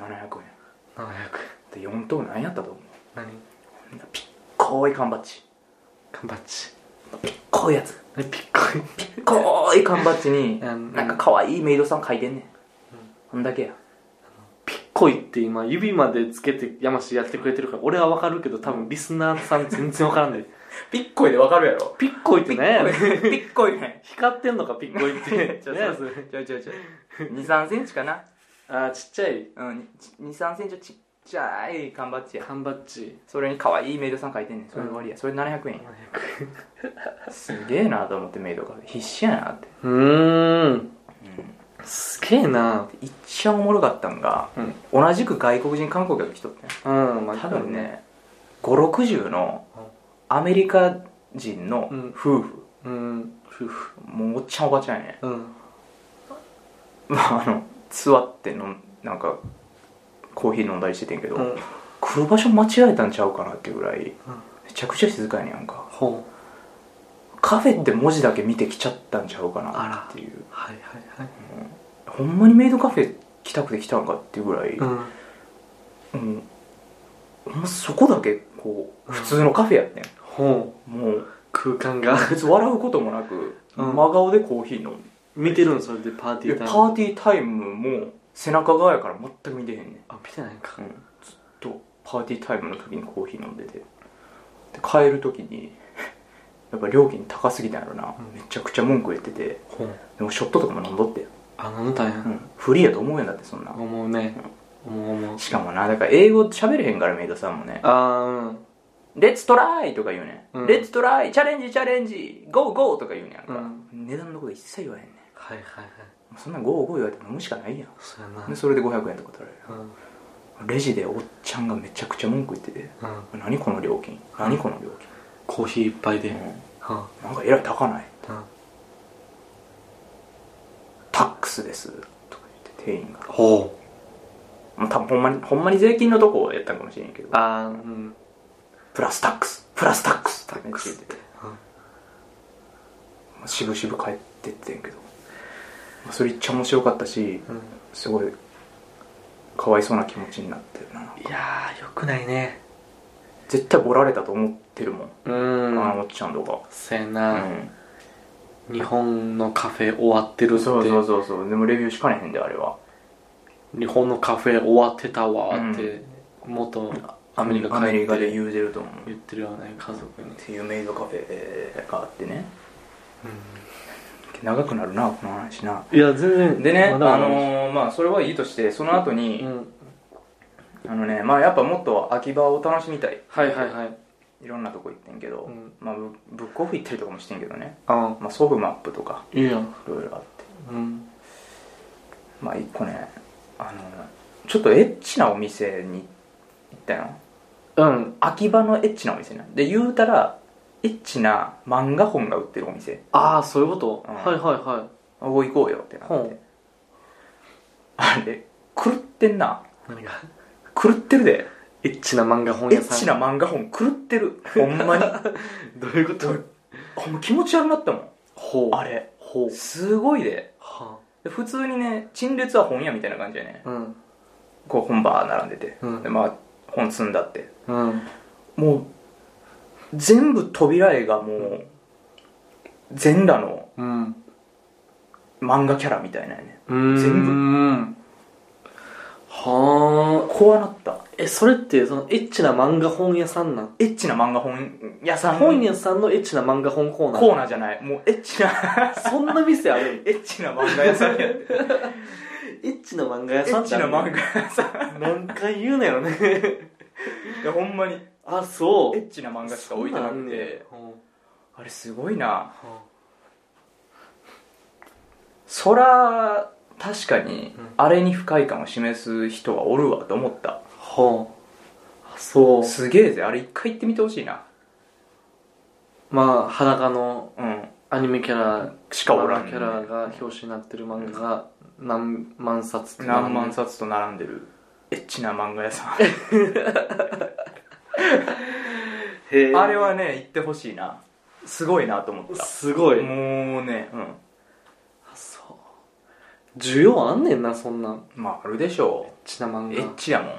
Speaker 1: 円
Speaker 2: 700
Speaker 1: で4等何やったと思う
Speaker 2: 何
Speaker 1: ピッコーイ缶バッジ
Speaker 2: 缶バッチ
Speaker 1: こういうやつ
Speaker 2: あれピッコイ
Speaker 1: ピッコーイ缶バッジに
Speaker 2: うん
Speaker 1: なんか可愛いメイドさん書いてんねんほんだけや
Speaker 2: ピッコイって今指までつけて山師やってくれてるから俺はわかるけど多分リスナーさん全然わからんで
Speaker 1: ピッコイでわかるやろ
Speaker 2: ピッコイっ て何やねん
Speaker 1: ピッコイね
Speaker 2: 光ってんのかピッコ イって
Speaker 1: ちょ
Speaker 2: 何やそれ
Speaker 1: ちょちょちょ23センチかな
Speaker 2: あーちっちゃい
Speaker 1: うん23センチちっちゃい缶バッジや
Speaker 2: 缶バッチ
Speaker 1: それに可愛いメイドさん書いてんねんそれで終わりやそれ700円やすげえなと思ってメイドが必死やなって
Speaker 2: うーんすげえな
Speaker 1: でいっちゃおもろかったんが
Speaker 2: うん
Speaker 1: 同じく外国人観光客の人って
Speaker 2: うんまあ
Speaker 1: 多分ね560のアメリカ人の
Speaker 2: うん
Speaker 1: 夫婦、
Speaker 2: うん夫婦
Speaker 1: もうおっちゃんおばちゃんやね
Speaker 2: うん
Speaker 1: まああの座ってのなんかコーヒー飲んだりしててんけど、
Speaker 2: うん
Speaker 1: 来る場所間違えたんちゃうかなっていうぐらいめちゃくちゃ静かやねんやんか
Speaker 2: ほう
Speaker 1: カフェって文字だけ見てきちゃったんちゃうかなっていう
Speaker 2: はいはいはい
Speaker 1: ほんまにメイドカフェ来たくて来たんかっていうぐらい、
Speaker 2: うん
Speaker 1: もうほんまそこだけこう
Speaker 2: うん
Speaker 1: 普通のカフェやってん、
Speaker 2: ほう
Speaker 1: もう
Speaker 2: 空間が
Speaker 1: 別に笑うこともなく、
Speaker 2: う
Speaker 1: 真
Speaker 2: ん
Speaker 1: 顔でコーヒー飲む
Speaker 2: 見てるんそれでパーティ
Speaker 1: でパ
Speaker 2: ータイム
Speaker 1: ーティータイムも背中側やから全く見てへんねん、
Speaker 2: あ見てないんか
Speaker 1: ずっとパーティータイムの時にコーヒー飲んでてで帰る時に やっぱ料金高すぎたんやろな、
Speaker 2: う
Speaker 1: め
Speaker 2: ん
Speaker 1: ちゃくちゃ文句言ってて
Speaker 2: ほう
Speaker 1: でもショットとかも飲んどって、
Speaker 2: あ飲んだん
Speaker 1: う
Speaker 2: や
Speaker 1: ん、フリーやと思うやんだってそんな、
Speaker 2: 思うね思う思う
Speaker 1: しかもなだから英語喋れへんからメイドさんもね
Speaker 2: あーうん
Speaker 1: 「レッツトライ!」とか言うね、
Speaker 2: うん
Speaker 1: レッツトライチャレンジチャレンジゴーゴー!」とか言うねやんか、
Speaker 2: うん
Speaker 1: 値段のこと一切言わへんねん
Speaker 2: はいはいはい
Speaker 1: そんなんゴーゴー言われて飲むしかないやん
Speaker 2: そうやな
Speaker 1: でそれで500円とか取られる
Speaker 2: うん
Speaker 1: レジでおっちゃんがめちゃくちゃ文句言ってて「
Speaker 2: うん
Speaker 1: 何この料金何この料
Speaker 2: コーヒー一杯で
Speaker 1: 金、
Speaker 2: う
Speaker 1: うん
Speaker 2: んは
Speaker 1: なんかえらい高ない
Speaker 2: あ
Speaker 1: タックスですとか言って店員が
Speaker 2: ほう
Speaker 1: まあ多分ほんまにほんまに税金のとこやったんかもしれんけど
Speaker 2: あーうん
Speaker 1: プラスタックスプラスタックスって言ってて
Speaker 2: うん
Speaker 1: まあ渋々帰ってってんけど、まあ、それいっちゃ面白かったし
Speaker 2: うん
Speaker 1: すごいかわいそうな気持ちになってるない
Speaker 2: やーよくないね
Speaker 1: 絶対ボラれたと思ってるもん、
Speaker 2: う
Speaker 1: あ
Speaker 2: ん
Speaker 1: のおっちゃんとか
Speaker 2: せや
Speaker 1: う
Speaker 2: な、日本のカフェ終わってるって
Speaker 1: そうそうそうそうでもレビューしかねへんであれは
Speaker 2: 日本のカフェ終わってたわーって、元アメリカ
Speaker 1: ア
Speaker 2: 帰
Speaker 1: メ
Speaker 2: っ
Speaker 1: リカで
Speaker 2: て
Speaker 1: 言うてると思う
Speaker 2: 言ってるよね家族に
Speaker 1: っていうメイドカフェがあってね長くなるなこの話ない
Speaker 2: や全然
Speaker 1: でね、
Speaker 2: まだ
Speaker 1: あのーまあそれはいいとしてその後
Speaker 2: う
Speaker 1: に、
Speaker 2: ん
Speaker 1: あのねまあやっぱもっと秋葉を楽しみたい
Speaker 2: はいはいはい
Speaker 1: いろんなとこ行ってんけど、
Speaker 2: うん
Speaker 1: まあブブックオフ行ったりとかもしてんけどね、
Speaker 2: あ
Speaker 1: まあ、ソフマップとか
Speaker 2: いいやん
Speaker 1: いろいろあって
Speaker 2: うん
Speaker 1: まあ一個ねあのちょっとエッチなお店に行ったよ
Speaker 2: うん
Speaker 1: 秋葉のエッチなお店ねで言うたらエッチな漫画本が売ってるお店
Speaker 2: ああそういうこと、
Speaker 1: うん
Speaker 2: はいはいはい
Speaker 1: お行こうよってな
Speaker 2: ほ
Speaker 1: って
Speaker 2: う
Speaker 1: あれ狂ってんな
Speaker 2: 何が
Speaker 1: 狂ってるで
Speaker 2: エッチな漫画本
Speaker 1: エ
Speaker 2: 屋さん
Speaker 1: ッチな漫画本狂ってるほん まに
Speaker 2: どういうこと
Speaker 1: どうほんま気持ち悪なったもん
Speaker 2: ほう
Speaker 1: あれ
Speaker 2: ほう
Speaker 1: すごいで
Speaker 2: は
Speaker 1: で普通にね陳列は本屋みたいな感じやね
Speaker 2: あうん
Speaker 1: こう本ばー並んでて、
Speaker 2: うん
Speaker 1: でまあ本積んだって
Speaker 2: うん
Speaker 1: もう全部扉絵がもう全裸の
Speaker 2: うん
Speaker 1: 漫画キャラみたいなやね
Speaker 2: うん
Speaker 1: 全
Speaker 2: はあ
Speaker 1: 怖なった
Speaker 2: えそれってそのエッチな漫画本屋さんなん
Speaker 1: エッチな漫画本屋さん
Speaker 2: 本屋さんのエッチな漫画本コーナー
Speaker 1: コーナーじゃないもうエッチな
Speaker 2: そんな店ある
Speaker 1: エッチな漫画屋さんやって
Speaker 2: エッチな漫画
Speaker 1: エ
Speaker 2: 屋
Speaker 1: ッ
Speaker 2: さんって
Speaker 1: チ
Speaker 2: あ
Speaker 1: な
Speaker 2: る
Speaker 1: 漫画屋さん
Speaker 2: 何回言うなよね
Speaker 1: いやほんまに
Speaker 2: あそ
Speaker 1: エ
Speaker 2: う
Speaker 1: ッチな漫画しか置いてなくて
Speaker 2: そんなんあんね
Speaker 1: あれすごいなん
Speaker 2: は
Speaker 1: そら確かに
Speaker 2: うん
Speaker 1: あれに不快感を示す人はおるわと思った
Speaker 2: あはああそう
Speaker 1: すげえぜあれ一回行ってみてほしいな
Speaker 2: まあ裸の
Speaker 1: うん
Speaker 2: アニメキャラ
Speaker 1: しかおらん、
Speaker 2: 漫画キャラが表紙になってる漫画が何万冊って
Speaker 1: 何万冊と並んでるエッチな漫画屋さん
Speaker 2: へえ
Speaker 1: あれはね行ってほしいなすごいなと思った
Speaker 2: すごい
Speaker 1: もうねうん
Speaker 2: あそう需要あんねんなそんなんエッ
Speaker 1: まああるでしょ
Speaker 2: チな漫
Speaker 1: う
Speaker 2: 画
Speaker 1: エッチ やもん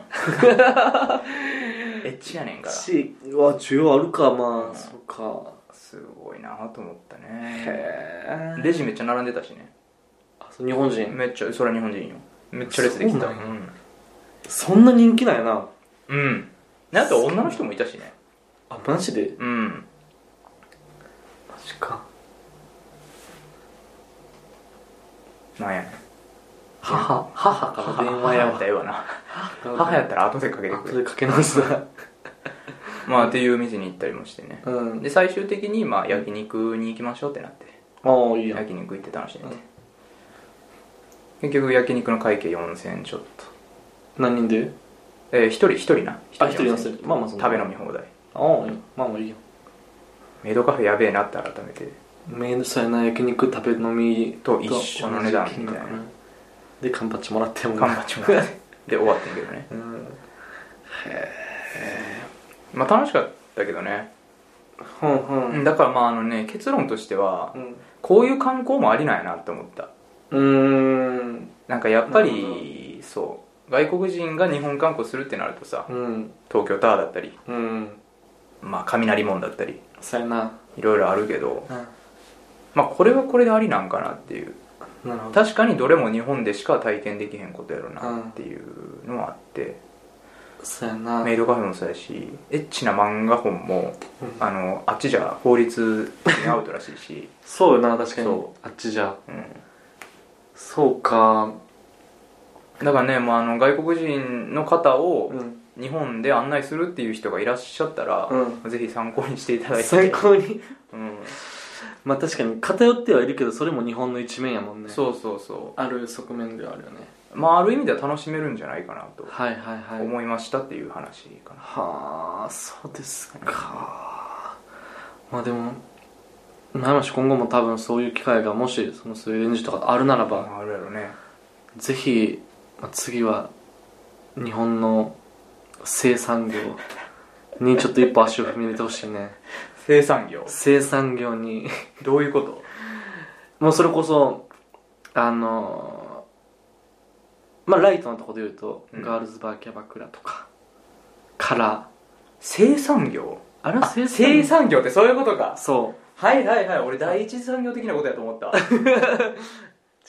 Speaker 1: エッチやねんからす
Speaker 2: チは需要あるかまあ、
Speaker 1: うん
Speaker 2: そうか
Speaker 1: ごいなと思ったね
Speaker 2: へえ
Speaker 1: レジめっちゃ並んでたしね
Speaker 2: 日本人
Speaker 1: めっちゃそれは日本人よめっちゃ列できた
Speaker 2: そう
Speaker 1: う、
Speaker 2: なんそんな人気なんやな
Speaker 1: うん、なんか女の人もいたしね
Speaker 2: あマジで
Speaker 1: うん
Speaker 2: マジか
Speaker 1: なんやねん
Speaker 2: 母母から電話や
Speaker 1: 母やっ
Speaker 2: わ
Speaker 1: たらええわな母
Speaker 2: 母
Speaker 1: やったら後でかけてく
Speaker 2: 後
Speaker 1: れ
Speaker 2: でかけ直した
Speaker 1: まあっていう店に行ったりもしてね
Speaker 2: うん
Speaker 1: で最終的にまあ焼肉に行きましょうってなって
Speaker 2: ああいいやん
Speaker 1: 焼肉行って楽しんで、
Speaker 2: うん
Speaker 1: 結局焼肉の会計4000ちょっと
Speaker 2: 何人で
Speaker 1: えー、一人一人な
Speaker 2: あ一人
Speaker 1: 4000
Speaker 2: 乗せるまあまあそんな
Speaker 1: 食べ飲み放題
Speaker 2: ああまあまあいいよ
Speaker 1: メイドカフェやべえなって改めて
Speaker 2: めんどくさいな焼肉食べ飲み
Speaker 1: と一緒の値段みたいな
Speaker 2: 同じ金額ねでカンパチもらっても
Speaker 1: 頑張ってもら ってで終わってんけどね
Speaker 2: うん
Speaker 1: まあ楽しかったけどね、
Speaker 2: ほんほん
Speaker 1: だからまああのね結論としては
Speaker 2: うん
Speaker 1: こういう観光もありないなって思った
Speaker 2: うーん
Speaker 1: なんかやっぱ
Speaker 2: なる
Speaker 1: りそう外国人が日本観光するってなるとさ
Speaker 2: うん
Speaker 1: 東京タワーだったり
Speaker 2: うん
Speaker 1: まあ雷門だったり
Speaker 2: さよない
Speaker 1: ろいろあるけど
Speaker 2: うん
Speaker 1: まあこれはこれでありなんかなっていう
Speaker 2: なるほど
Speaker 1: 確かにどれも日本でしか体験できへんことやろなっていうのはあって、
Speaker 2: さよな
Speaker 1: メイドカフェもそうやしエッチな漫画本も
Speaker 2: うん
Speaker 1: あのあっちじゃ法律にアウトらしい し、
Speaker 2: そうよな確かに
Speaker 1: そ
Speaker 2: あっちじゃ
Speaker 1: うん、
Speaker 2: そうか
Speaker 1: だからね、まあ、あの外国人の方を
Speaker 2: うん
Speaker 1: 日本で案内するっていう人がいらっしゃったら、
Speaker 2: う
Speaker 1: ぜひ参考にしていただいて
Speaker 2: 最高に
Speaker 1: うん、
Speaker 2: まあ確かに偏ってはいるけどそれも日本の一面やもんね
Speaker 1: そうそうそ
Speaker 2: ある側面ではあるよね
Speaker 1: うまあある意味では楽しめるんじゃないかなと
Speaker 2: はいはいはい
Speaker 1: 思いましたっていう話かな、
Speaker 2: はあそうですかまあでも前もし今後も多分そういう機会がもしそのスウェーデン人とかあるならば
Speaker 1: まあ、あるやろね
Speaker 2: ぜひ、まあ、次は日本の生産業にちょっと一歩足を踏み入れてほしいね
Speaker 1: 生産業
Speaker 2: 生産業に
Speaker 1: どういうこと
Speaker 2: もうそれこそあのまあライトなとこで言うと、
Speaker 1: うん
Speaker 2: ガールズバーキャバクラとかから
Speaker 1: 生産業
Speaker 2: あれは
Speaker 1: 生
Speaker 2: 生産
Speaker 1: 産業ってそういうことか
Speaker 2: そ
Speaker 1: はいはいはい俺第一次産業的なことやと思った
Speaker 2: う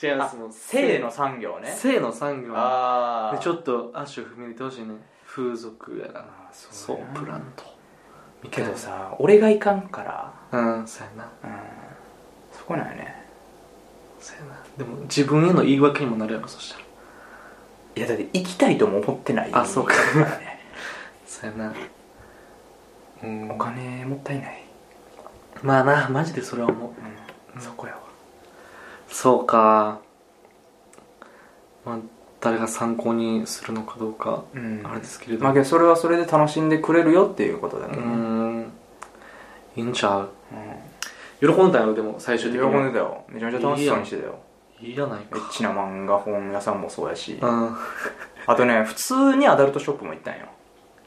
Speaker 2: 違いま
Speaker 1: あ
Speaker 2: すもう
Speaker 1: 生の産業ね
Speaker 2: 性の産業
Speaker 1: ああ
Speaker 2: でちょっと足を踏み入れてほしいね風俗やら
Speaker 1: あーそ
Speaker 2: そうう
Speaker 1: やな
Speaker 2: プラントみた
Speaker 1: け
Speaker 2: いな
Speaker 1: どさ俺がいかんから
Speaker 2: うんそうやな
Speaker 1: うんそこなんよね
Speaker 2: そうやなでも自分への言い訳にもなるやろそしたら
Speaker 1: いやだって行きたいとも思ってない
Speaker 2: あそうから
Speaker 1: ね
Speaker 2: そうやなうん
Speaker 1: お金もったいない、
Speaker 2: まあなマジでそれは思う
Speaker 1: うん、そこやわ
Speaker 2: そうかまあ誰が参考にするのかどうか
Speaker 1: うん
Speaker 2: あれですけれど
Speaker 1: まあ
Speaker 2: も
Speaker 1: けどそれはそれで楽しんでくれるよっていうことだ
Speaker 2: う
Speaker 1: けどね
Speaker 2: んいいんちゃう
Speaker 1: うん
Speaker 2: 喜んだよでも最
Speaker 1: 喜
Speaker 2: 終
Speaker 1: ん
Speaker 2: 的
Speaker 1: で
Speaker 2: に
Speaker 1: たよめちゃめちゃ楽しそうにしてたよ
Speaker 2: いいやない
Speaker 1: エ
Speaker 2: か
Speaker 1: ッチな漫画本屋さんもそうやし
Speaker 2: うん
Speaker 1: あとね普通にアダルトショップも行ったんよ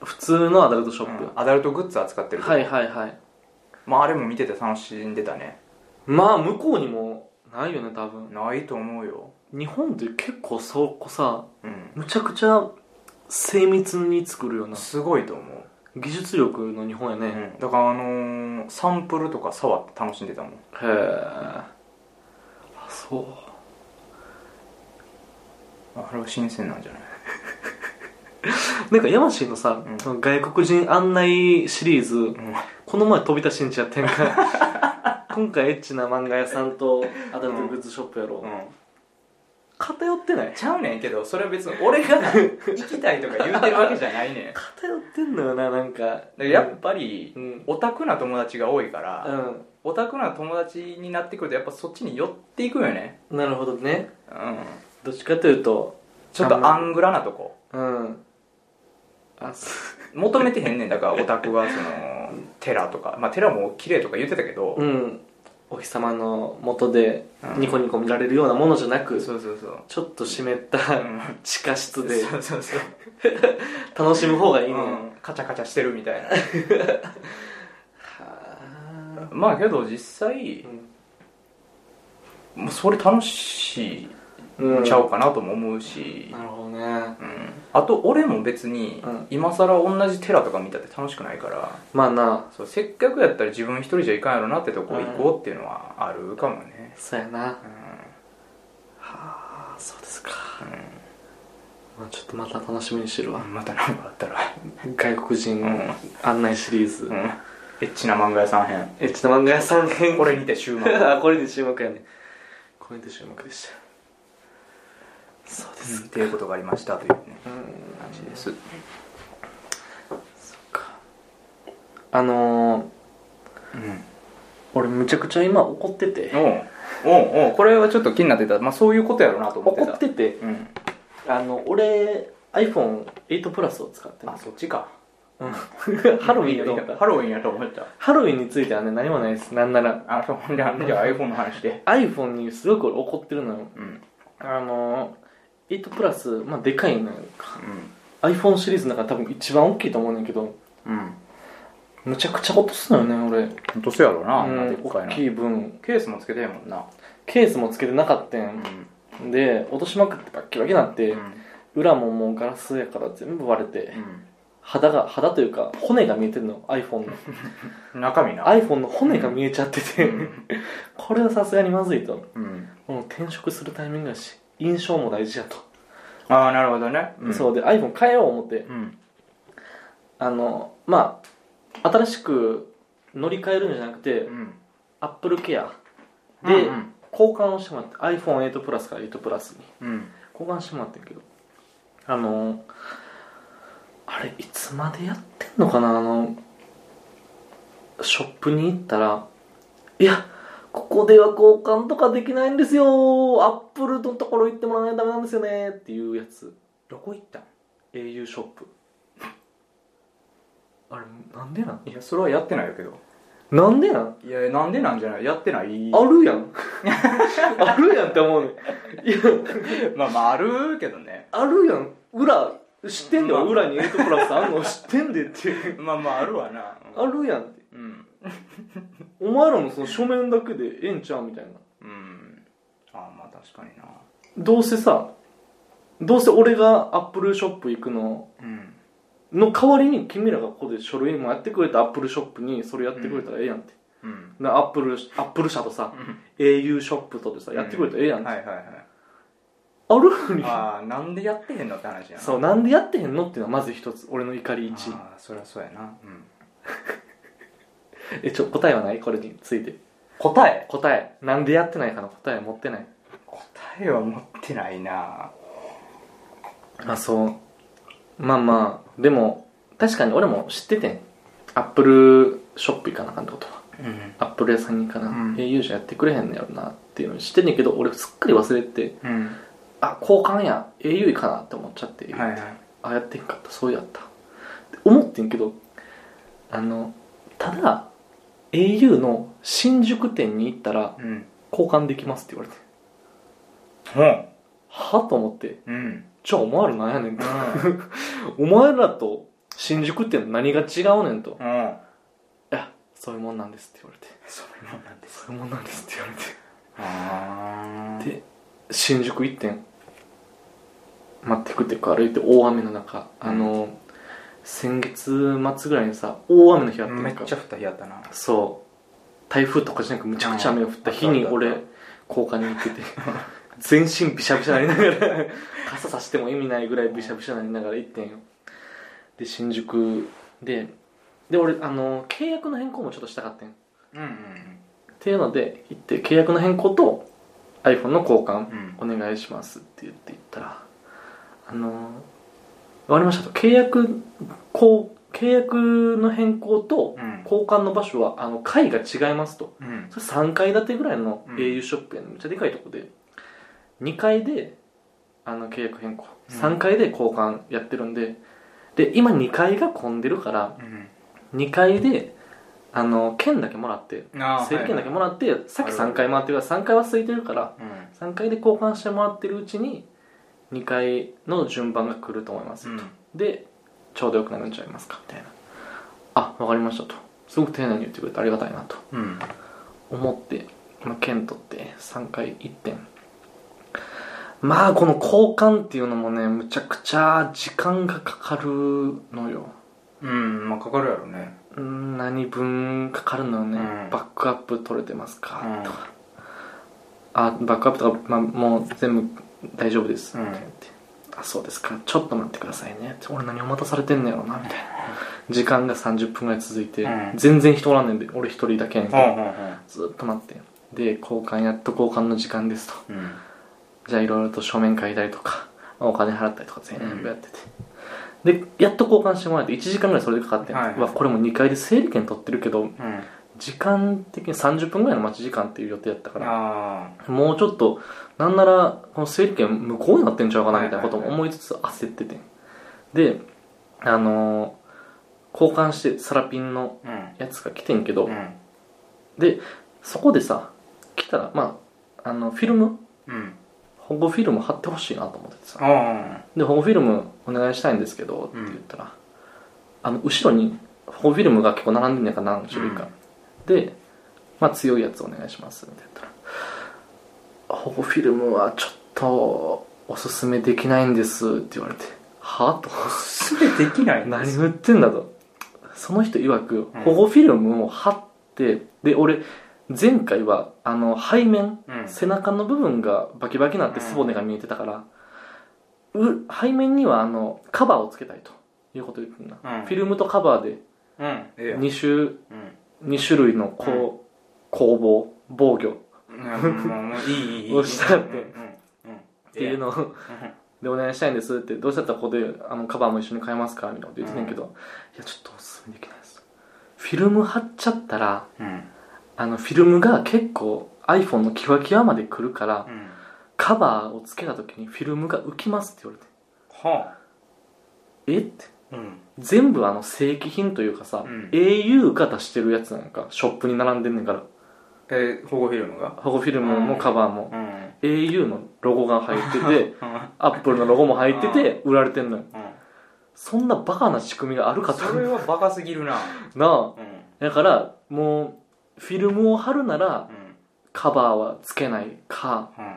Speaker 2: 普通のアダルトショップ、
Speaker 1: うんアダルトグッズ扱ってるとこ
Speaker 2: はいはいはい
Speaker 1: まああれも見てて楽しんでたね
Speaker 2: まあ向こうにもないよね多分
Speaker 1: ないと思うよ
Speaker 2: 日本って結構そこさ
Speaker 1: うん
Speaker 2: むちゃくちゃ精密に作るような
Speaker 1: すごいと思
Speaker 2: 技術力の日本や
Speaker 1: う、
Speaker 2: ね、
Speaker 1: うんだからあのーサンプルとか触って楽しんでたもん
Speaker 2: へえそう
Speaker 1: あれは新鮮なんじゃない
Speaker 2: なんかヤマシーのさ、
Speaker 1: うん
Speaker 2: その外国人案内シリーズ、
Speaker 1: ん
Speaker 2: この前飛び出しんちやって んか今回エッチな漫画屋さんとアダルトグッズショップやろ、う偏ってない
Speaker 1: ちゃうねんけどそれは別に俺 が行きたいとか言うてるわけじゃないねんだか
Speaker 2: 偏ってんのよななんから
Speaker 1: やっぱり
Speaker 2: うんうん
Speaker 1: オタクな友達が多いか
Speaker 2: う
Speaker 1: らオタクな友達になってくるとやっぱそっちに寄っていくよね
Speaker 2: んなるほどね
Speaker 1: うん
Speaker 2: どっちかというと
Speaker 1: ちょっとアングラなとこ
Speaker 2: うんあす
Speaker 1: 求めてへんねんだからオタクはその寺とかまあ寺も綺麗とか言ってたけど
Speaker 2: うんお日様の下で
Speaker 1: うん
Speaker 2: ニコニコ見られるようなものじゃなく、
Speaker 1: そうそうそう
Speaker 2: ちょっと湿った
Speaker 1: ん
Speaker 2: 地下室で
Speaker 1: そうそうそう
Speaker 2: 楽しむ方がいいね、
Speaker 1: うんカチャカチャしてるみたいな
Speaker 2: は
Speaker 1: まあけど実際もうそれ楽しい
Speaker 2: あうん
Speaker 1: ちゃうかなとも思うし、
Speaker 2: なるほど
Speaker 1: う
Speaker 2: ね
Speaker 1: んあと俺も別に
Speaker 2: うん
Speaker 1: 今更同じ寺とか見たって楽しくないから
Speaker 2: まあな
Speaker 1: そうせっかくやったら自分一人じゃいかんやろなってとこ行こうっていうのはあるかもね、
Speaker 2: そうやな
Speaker 1: うん
Speaker 2: はあそうですか、まあ、ちょっとまた楽しみにしてるわ
Speaker 1: また何かあったら、
Speaker 2: 外国人
Speaker 1: うん
Speaker 2: 案内シリーズ、
Speaker 1: うん、エッチな漫画屋さん編
Speaker 2: エッチな漫画屋さん編
Speaker 1: これにて終幕
Speaker 2: あこれで注目やねこれで注目でしたそうで
Speaker 1: うん
Speaker 2: す
Speaker 1: っ
Speaker 2: か
Speaker 1: ていうことがありましたというね
Speaker 2: うん
Speaker 1: 感じです
Speaker 2: そっかあのー、
Speaker 1: うん
Speaker 2: 俺むちゃくちゃ今怒ってて
Speaker 1: おうおうおうこれはちょっと気になってた、まあ、そういうことやろうなと思って
Speaker 2: 怒
Speaker 1: た
Speaker 2: ってて
Speaker 1: うん
Speaker 2: あの俺 iPhone8 プラスを使って
Speaker 1: あ
Speaker 2: ます
Speaker 1: そっちか
Speaker 2: うん ハロウィンの
Speaker 1: ハロウィンやと思った
Speaker 2: ハロウィンについてはね何もないですなんなら
Speaker 1: あそうほんであのじゃあ iPhone の話で
Speaker 2: iPhone にすごく俺怒ってるのよ
Speaker 1: うんうん
Speaker 2: あの8プラスまあでかいのよ iPhone シリーズの中で多分一番大きいと思うねんだけど
Speaker 1: うん
Speaker 2: むちゃくちゃ落とすのよね俺
Speaker 1: ほんとそうやろうな、あん
Speaker 2: う
Speaker 1: なで
Speaker 2: ん
Speaker 1: っかい
Speaker 2: 大
Speaker 1: な
Speaker 2: きい分
Speaker 1: ケースもつけてんもんな
Speaker 2: ケースもつけてなかった
Speaker 1: うんん、
Speaker 2: で落としまくってバッキバキなって、
Speaker 1: うん
Speaker 2: 裏ももうガラスやから全部割れて、肌が肌というか骨が見えてるの iPhone の
Speaker 1: うん、中身な
Speaker 2: iPhone の骨が見えちゃってて、これはさすがにまずいと
Speaker 1: うん、
Speaker 2: もう転職するタイミングだし印象も大事やと、
Speaker 1: ああなるほどね、うん、
Speaker 2: そうで iPhone 変えよう思って
Speaker 1: うん
Speaker 2: あのまあ新しく乗り換えるんじゃなくて、
Speaker 1: うん
Speaker 2: Apple Care
Speaker 1: うん
Speaker 2: で、
Speaker 1: うん
Speaker 2: 交換をしてもらって iPhone8 プラスから8プラスに
Speaker 1: うん
Speaker 2: 交換してもらってんけどあのーあれいつまでやってんのかなあのショップに行ったら「いやここでは交換とかできないんですよアップルのところ行ってもらわないとダメなんですよね」っていうやつ
Speaker 1: どこ行ったん
Speaker 2: au ショップあれなんでなん
Speaker 1: いやそれはやってないけど
Speaker 2: なんでなん
Speaker 1: いやなんでなんじゃないやってない
Speaker 2: あるやんあるやんって思うねんいや
Speaker 1: まあまああるけどね
Speaker 2: あるやん裏知ってんだ
Speaker 1: まあ
Speaker 2: よ裏にエイトプラスあんの知ってんでって
Speaker 1: まあまああるわな
Speaker 2: あるやんって
Speaker 1: うん
Speaker 2: お前らのその書面だけでええんちゃうみたいな
Speaker 1: うんあーまあ確かにな
Speaker 2: どうせさどうせ俺がアップルショップ行くの
Speaker 1: うん
Speaker 2: の代わりに君らがここで書類もやってくれたアップルショップにそれやってくれたらええやんって、
Speaker 1: うん
Speaker 2: なアップルアップル社とさ、au ショップとでさやってくれたらええやんって、
Speaker 1: はいはいはい
Speaker 2: あるのに
Speaker 1: ああなんでやってへんのって話やな
Speaker 2: そうなんでやってへんのっていうのはまず一つ俺の怒り一
Speaker 1: ああそりゃそうやな、うん、
Speaker 2: えちょ答えはないこれについて
Speaker 1: 答え
Speaker 2: 答えなんでやってないかの答え持ってない
Speaker 1: 答えは持ってないな
Speaker 2: あそうまあまあでも確かに俺も知っててんアップルショップ行かなあかんってことは
Speaker 1: うん
Speaker 2: アップル屋さんに行かな、
Speaker 1: う
Speaker 2: うん au じゃやってくれへんのやろなっていうの知ってんねんけど俺すっかり忘れてて
Speaker 1: うん
Speaker 2: あ交換や au かなって思っちゃって、
Speaker 1: はいはい
Speaker 2: あやってんかったそうやったって思ってんけどあのただ au の新宿店に行ったら
Speaker 1: うん
Speaker 2: 交換できますって言われて
Speaker 1: うん
Speaker 2: はと思って
Speaker 1: うん
Speaker 2: じゃあお前らなんやねんとお前らと新宿って何が違うねんと。い
Speaker 1: うん
Speaker 2: や、そういうもんなんですって言われて。
Speaker 1: そういうもんなんです
Speaker 2: そういうもんなんですって言わ
Speaker 1: あ
Speaker 2: れて。で、新宿一点、まあ、テクテク歩いて大雨の中、あの、先月末ぐらいにさ、大雨の日あ
Speaker 1: あ
Speaker 2: ったやん
Speaker 1: めっ
Speaker 2: か
Speaker 1: ちゃ降った日やったな
Speaker 2: そう。台風とかじゃなくむちゃくちゃ雨が降った日に
Speaker 1: うん
Speaker 2: 俺、交換に行ってて、全身びしゃびしゃになりなが ら、傘さしても意味ないぐらいびしゃびしゃになりながら行ってんよ。で、新宿で、で、俺、あの、契約の変更もちょっとしたかったんよ
Speaker 1: うんうん
Speaker 2: っていうので、行って、契約の変更と iPhone の交換
Speaker 1: うん、
Speaker 2: お願いしますって言って行ったら、あのー、わかりましたと。契約、こう、契約の変更と
Speaker 1: うん
Speaker 2: 交換の場所は、あの、階が違いますと。
Speaker 1: うん
Speaker 2: それ3階建てぐらいの
Speaker 1: うん
Speaker 2: au ショップやね、めっちゃでかいとこで2階であの契約変更
Speaker 1: うん
Speaker 2: 3階で交換やってるんでで今2階が混んでるから
Speaker 1: うん
Speaker 2: 2階であの券だけもらって
Speaker 1: あー
Speaker 2: 整理券だけも
Speaker 1: は
Speaker 2: らってさっき3階回ってるから3階は空いてるから
Speaker 1: いはいうん
Speaker 2: 3階で交換してもらってるうちに2階の順番が来ると思います、
Speaker 1: うん
Speaker 2: でちょうどよくなるんちゃいますかみたいなあわかりましたとすごく丁寧に言ってくれてありがたいなと
Speaker 1: うん
Speaker 2: 思って、まあ、剣取って3回1点まあこの交換っていうのもねむちゃくちゃ時間がかかるのよ
Speaker 1: うんまあかかるやろね
Speaker 2: うん何分かかるのよね、
Speaker 1: うん
Speaker 2: バックアップ取れてますか、
Speaker 1: うん
Speaker 2: とかあバックアップとか、まあ、もう全部大丈夫です、
Speaker 1: うん
Speaker 2: って言ってあそうですかちょっと待ってくださいねって俺何を待たされてんのやろなみたいな時間が30分ぐらい続いて、
Speaker 1: うん
Speaker 2: 全然人おらんねんで俺一人だけやねんけ
Speaker 1: う
Speaker 2: ど
Speaker 1: んうん
Speaker 2: ずーっと待ってで交換やっと交換の時間ですと
Speaker 1: うん
Speaker 2: じゃあいろいろと書面書いたりとかお金払ったりとか全部やってて、でやっと交換してもらえて1時間ぐらいそれでかかってん、
Speaker 1: はい
Speaker 2: わこれも2階で整理券取ってるけど
Speaker 1: うん
Speaker 2: 時間的に30分ぐらいの待ち時間っていう予定やったから
Speaker 1: あ
Speaker 2: もうちょっとなんならこの整理券無効になってんちゃうかな
Speaker 1: はい
Speaker 2: み
Speaker 1: は
Speaker 2: た
Speaker 1: い
Speaker 2: いな
Speaker 1: はい
Speaker 2: ことも思いつつ焦っててであのー交換してサラピンの
Speaker 1: あうん
Speaker 2: やつが来てんけど、
Speaker 1: うん
Speaker 2: でそこでさ来たらまああのフィルム
Speaker 1: うん
Speaker 2: 保護フィルム貼ってほしいなと思ってさ
Speaker 1: あ
Speaker 2: で保護フィルムお願いしたいんですけどって言ったら、あの後ろに保護フィルムが結構並んでんねんか何種類か、で、まあ、強いやつお願いしますって言ったら「保護フィルムはちょっとおすすめできないんです」って言われて「は あ?」と
Speaker 1: あおすすめできないんで
Speaker 2: 何
Speaker 1: す
Speaker 2: 振ってんだとその人曰く
Speaker 1: うん
Speaker 2: 保護フィルムを貼ってで俺前回はあの背面
Speaker 1: うん
Speaker 2: 背中の部分がバキバキになって
Speaker 1: うん
Speaker 2: 背骨が見えてたから、う背面にはあのカバーをつけたいということ言ってんな、
Speaker 1: うん
Speaker 2: フィルムとカバーで
Speaker 1: うんええやん
Speaker 2: 2種
Speaker 1: うん
Speaker 2: 二種類のこう攻防防御っ
Speaker 1: いやもうもういいいいいい
Speaker 2: どうしたって
Speaker 1: うんうんうん
Speaker 2: ていうのを、 でお願いしたいんですってどうせだったらここであのカバーも一緒に買えますかみたいなこと言ってたんやけど、いやちょっとおすすめできないですフィルム貼っちゃったら
Speaker 1: うんうん
Speaker 2: あのフィルムが結構 iPhone のキワキワまで来るから、
Speaker 1: うん
Speaker 2: カバーをつけた時にフィルムが浮きますって言わ
Speaker 1: は
Speaker 2: れてえって
Speaker 1: あうん
Speaker 2: 全部あの正規品というかさ、
Speaker 1: うん
Speaker 2: au が出してるやつなんかショップに並んでんねんから
Speaker 1: え保護フィルムが
Speaker 2: 保護フィルムもカバーも、
Speaker 1: うん
Speaker 2: au のロゴが入 ってて
Speaker 1: うん
Speaker 2: アップルのロゴも入ってて売られてんのよそんなバカな仕組みがあるかと
Speaker 1: それはバカすぎるな
Speaker 2: なあ
Speaker 1: うん
Speaker 2: だからもうフィルムを貼るなら
Speaker 1: うん
Speaker 2: カバーはつけないか
Speaker 1: うん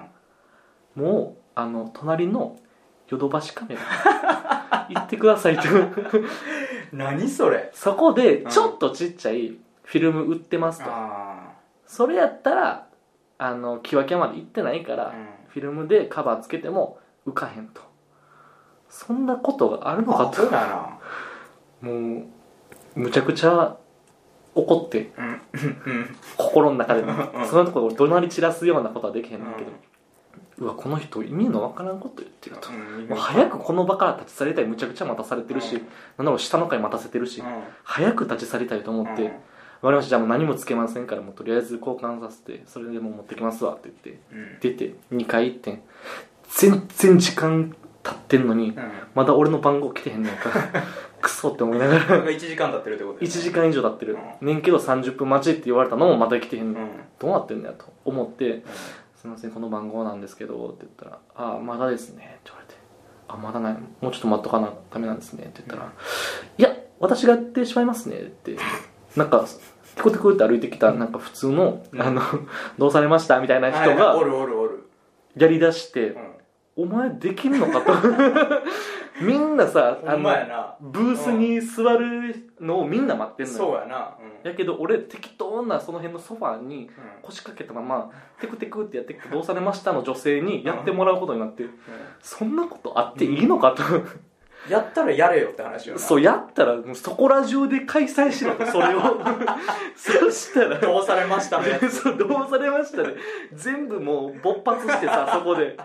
Speaker 2: もうあの隣のヨドバシカメ ラ行ってくださいと
Speaker 1: 何それ
Speaker 2: そこで
Speaker 1: うん
Speaker 2: ちょっとちっちゃいフィルム売ってますと
Speaker 1: あ
Speaker 2: それやったらあの木分けまで行ってないか
Speaker 1: あ
Speaker 2: ら、
Speaker 1: うん
Speaker 2: フィルムでカバーつけても浮かへんとそんなことがあるのか
Speaker 1: そう
Speaker 2: と
Speaker 1: だな
Speaker 2: もうむちゃくちゃ怒って
Speaker 1: うんうん
Speaker 2: 心の中で
Speaker 1: うん
Speaker 2: そのところを怒鳴り散らすようなことはできへんねんけど
Speaker 1: うん、
Speaker 2: うわこの人意味のわからんこと言ってると、
Speaker 1: うん
Speaker 2: もう早くこの場から立ち去りたいむちゃくちゃ待たされてるし、
Speaker 1: うん
Speaker 2: なんなら下の階待たせてるし、
Speaker 1: う
Speaker 2: 早く立ち去りたいと思
Speaker 1: ん
Speaker 2: って、わかりましたじゃあもう何もつけませんからもうとりあえず交換させてそれでもう持ってきますわって言って
Speaker 1: うん
Speaker 2: 出て2回行ってん全然時間経ってんの
Speaker 1: う
Speaker 2: に
Speaker 1: ん
Speaker 2: まだ俺の番号来てへんねんから クソって思いながら
Speaker 1: なんか1時間経ってるってこと
Speaker 2: 1時間以上経ってる
Speaker 1: う
Speaker 2: ねんけど30分待ちって言われたのもまだ来てへん
Speaker 1: う
Speaker 2: ねん
Speaker 1: んうん
Speaker 2: どうなってんだよと思って「すいませんこの番号なんですけど」って言ったら「ああまだですね」って言われて「あまだないもうちょっと待っとかなダメなんですね」って言った
Speaker 1: う
Speaker 2: ら
Speaker 1: ん
Speaker 2: 「いや私がやってしまいますね」ってなんかテコテコって歩いてきたなんか普通の「
Speaker 1: うん
Speaker 2: あのどうされました?」みたいな人
Speaker 1: お
Speaker 2: が
Speaker 1: るおるおる
Speaker 2: やりだして
Speaker 1: うん
Speaker 2: 「お前できんのか?」と みんなさ
Speaker 1: ほ
Speaker 2: あ
Speaker 1: んま
Speaker 2: の
Speaker 1: やな
Speaker 2: ブースに座るのをみんな待ってんの
Speaker 1: そ
Speaker 2: よ
Speaker 1: うやなうん
Speaker 2: やけど俺適当なその辺のソファーに
Speaker 1: うん
Speaker 2: 腰掛けたままテクテクってやってどうされましたの女性にやってもらうことになってそんなことあっていいのかと、
Speaker 1: やったらやれよって話よな
Speaker 2: そうやったらもうそこら中で開催しろとそ れをそしたら
Speaker 1: どうされましたのやつ
Speaker 2: そうどうされましたね全部もう勃発してさそこで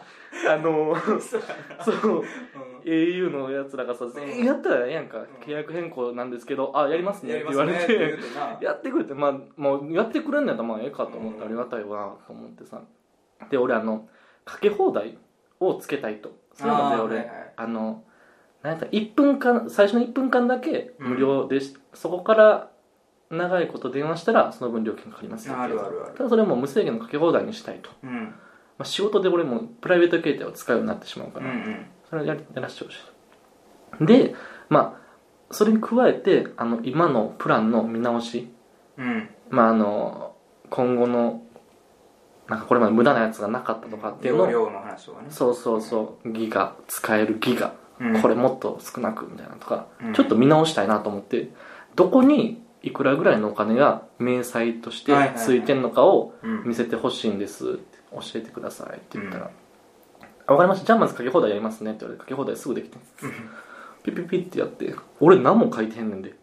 Speaker 2: あの
Speaker 1: そうや
Speaker 2: そう
Speaker 1: うん
Speaker 2: au のやつらがさ全員やったらええやんか契約変更なんですけどあやりますね
Speaker 1: や
Speaker 2: っ
Speaker 1: り
Speaker 2: て
Speaker 1: ま
Speaker 2: 言
Speaker 1: すね
Speaker 2: われ
Speaker 1: って
Speaker 2: て
Speaker 1: 言うてな
Speaker 2: やってくれてまあもうやってくれんのやったらまあええかと思っ
Speaker 1: う
Speaker 2: て
Speaker 1: ん
Speaker 2: ありがたいわと思ってさで俺あのかけ放題をつけたいとそういうので
Speaker 1: あー
Speaker 2: 俺あ,、
Speaker 1: はいはい
Speaker 2: のなんやったら1分間最初の1分間だけ
Speaker 1: うん
Speaker 2: 無料でし、そこから長いこと電話したらその分料金かかりますよっていう
Speaker 1: あるあるある
Speaker 2: ただそれも無制限のかけ放題にしたいと、
Speaker 1: うん
Speaker 2: まあ、仕事で俺もプライベート携帯を使うようになってしまうか
Speaker 1: う
Speaker 2: ら、
Speaker 1: ん
Speaker 2: それをやりやらせてほしいでまあそれに加えてあの今のプランの見直し
Speaker 1: うんうん
Speaker 2: まああの今後のなんかこれまで無駄なやつがなかったとかっていう
Speaker 1: 容
Speaker 2: のを
Speaker 1: 量の話とかね
Speaker 2: そうそうそうギガ使えるギガ、
Speaker 1: うん
Speaker 2: これもっと少なくみたいなとか、
Speaker 1: うん
Speaker 2: ちょっと見直したいなと思ってどこにいくらぐらいのお金が明細として
Speaker 1: はいはいはい
Speaker 2: ついてんのかを
Speaker 1: うん
Speaker 2: 見せてほしいんですって教えてくださいって言ったら「あわかりましたじゃあまずかけ放題やりますね」って言われてかけ放題すぐできてピピピってやって俺何も書いてへんねんで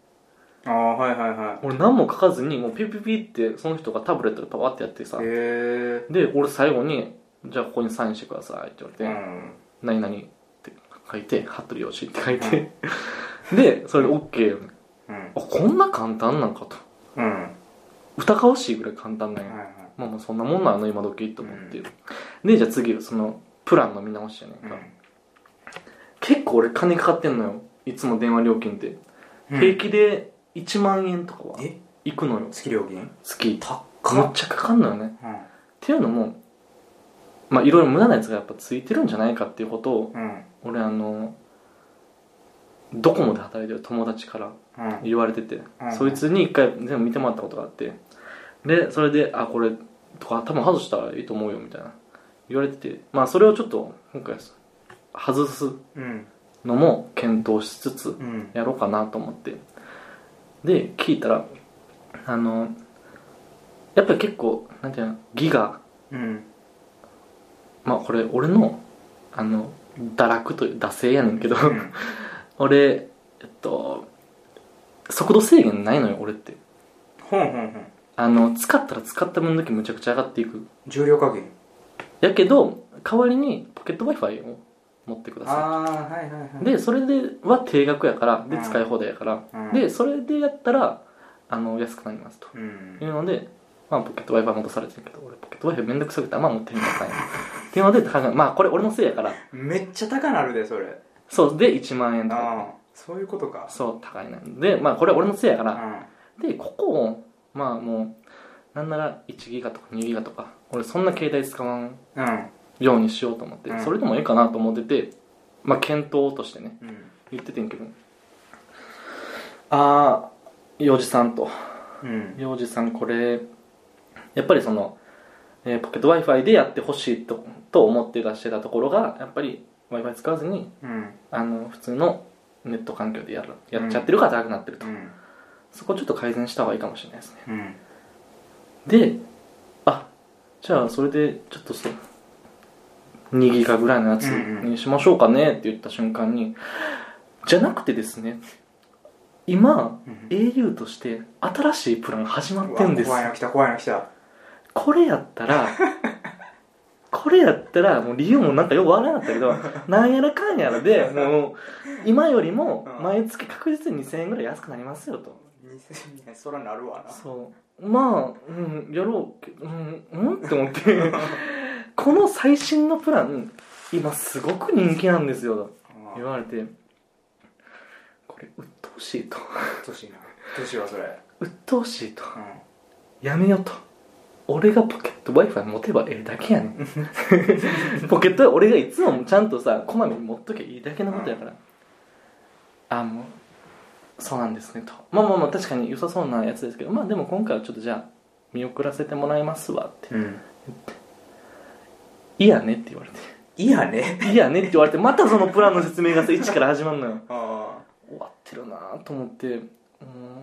Speaker 1: ああはいはいは
Speaker 2: 俺何も書かずにもうピピピってその人がタブレットでパワってやってさ
Speaker 1: いへえ
Speaker 2: で俺最後に「じゃあここにサインしてください」って言われて「
Speaker 1: うん
Speaker 2: 何々」って書いて「服部良し」って書いて、 でそれで OK
Speaker 1: うん
Speaker 2: あこんな簡単なんかと
Speaker 1: うん
Speaker 2: 疑わしいぐらい簡単なん
Speaker 1: う
Speaker 2: よ、
Speaker 1: ん
Speaker 2: まあまあそんなもんなの今時と思って、でじゃあ次そのプランの見直しやねん
Speaker 1: うん
Speaker 2: か、結構俺金かかってんのよいつも電話料金って、
Speaker 1: うん
Speaker 2: 平気で1万円とかは
Speaker 1: え
Speaker 2: いくのよ
Speaker 1: 月料金
Speaker 2: 月
Speaker 1: 高
Speaker 2: めっ
Speaker 1: っ
Speaker 2: ちゃかかんのよね
Speaker 1: うん
Speaker 2: っていうのもまあいろいろ無駄なやつがやっぱついてるんじゃないかっていうことを
Speaker 1: うん
Speaker 2: 俺あのドコモで働いてる友達から
Speaker 1: うん
Speaker 2: 言われてて、
Speaker 1: うん
Speaker 2: そいつに一回全部見てもらったことがあってでそれで「あこれとか頭外したらいいと思うよ」みたいな言われててまあそれをちょっと今回外す
Speaker 1: うん
Speaker 2: のも検討しつつ
Speaker 1: うん
Speaker 2: やろうかなと思ってで聞いたらあのやっぱり結構なんていうのギガ
Speaker 1: うん
Speaker 2: まあこれ俺のあの堕落という惰性やねんけど
Speaker 1: うん
Speaker 2: 俺えっと速度制限ないのよ俺って
Speaker 1: ほんほんほん
Speaker 2: あの使ったら使った分だけむちゃくちゃ上がっていく
Speaker 1: 重量加減
Speaker 2: やけど代わりにポケット w i f i を持ってくださ
Speaker 1: ああはいはいはい
Speaker 2: いでそれでは定額やからで
Speaker 1: うん
Speaker 2: 使い放題やから、
Speaker 1: うん
Speaker 2: でそれでやったらあの安くなりますと
Speaker 1: うん
Speaker 2: いうので、まあ、ポケット w i f i 戻されてるけど俺ポケット w i f i めんどくさくてあんま持ってへんかったんやっていうので高いまあこれ俺のせいやから
Speaker 1: めっちゃ高なるでそれ
Speaker 2: そうで1万円とか
Speaker 1: ああそういうことか
Speaker 2: そう高いねでまあこれは俺のせいやか
Speaker 1: う
Speaker 2: ら、
Speaker 1: ん
Speaker 2: でここをまあもうなんなら1ギガとか2ギガとか俺そんな携帯使わん
Speaker 1: うん
Speaker 2: ようにしようと思って、
Speaker 1: うん
Speaker 2: それでもいいかなと思っててまあ検討としてね
Speaker 1: うん
Speaker 2: 言っててんけどああ幼児さんと
Speaker 1: うん
Speaker 2: 幼児さんこれやっぱりその、えーポケット w i f i でやってほしいとと思って出してたところがやっぱり w i f i 使わずに
Speaker 1: うん
Speaker 2: あの普通のネット環境でやるやっちゃってるから高くなってると、
Speaker 1: うん
Speaker 2: そこちょっと改善した方がいいかもしれないですね
Speaker 1: うん
Speaker 2: であじゃあそれでちょっとそう2ギガぐらいのやつ
Speaker 1: うんうん
Speaker 2: にしましょうかねって言った瞬間に、じゃなくてですね今 au として新しいプラン始まってんです
Speaker 1: うわ怖いの来た怖いの来た
Speaker 2: これやった らこれやったらもう理由もなんかよくわからなかったけどなんやらかんやらでもう今よりも毎月確実に2000円ぐらい安くなりますよと
Speaker 1: 2000円そらなるわな
Speaker 2: そうまあ、うん、やろうけどうん、うんって思ってこの最新のプラン今すごく人気なんですよと
Speaker 1: うん
Speaker 2: 言われてこれ鬱陶しいと
Speaker 1: うっとうしいなうっとうしいわそれ
Speaker 2: 鬱陶しいと
Speaker 1: うん
Speaker 2: やめようと俺がポケット w i f i 持てばええだけやね んポケットは俺がいつもちゃんとさこまめに持っときゃいいだけのことやから、あもうそうなんですねとまあまあまあ確かに良さそうなやつですけどまあでも今回はちょっとじゃあ見送らせてもらいますわって
Speaker 1: うん
Speaker 2: 「いいやね」って言われて
Speaker 1: いやね
Speaker 2: 「いいやね」って言われてまたそのプランの説明がさ一から始まるのよ
Speaker 1: あ
Speaker 2: 終わってるなぁと思っても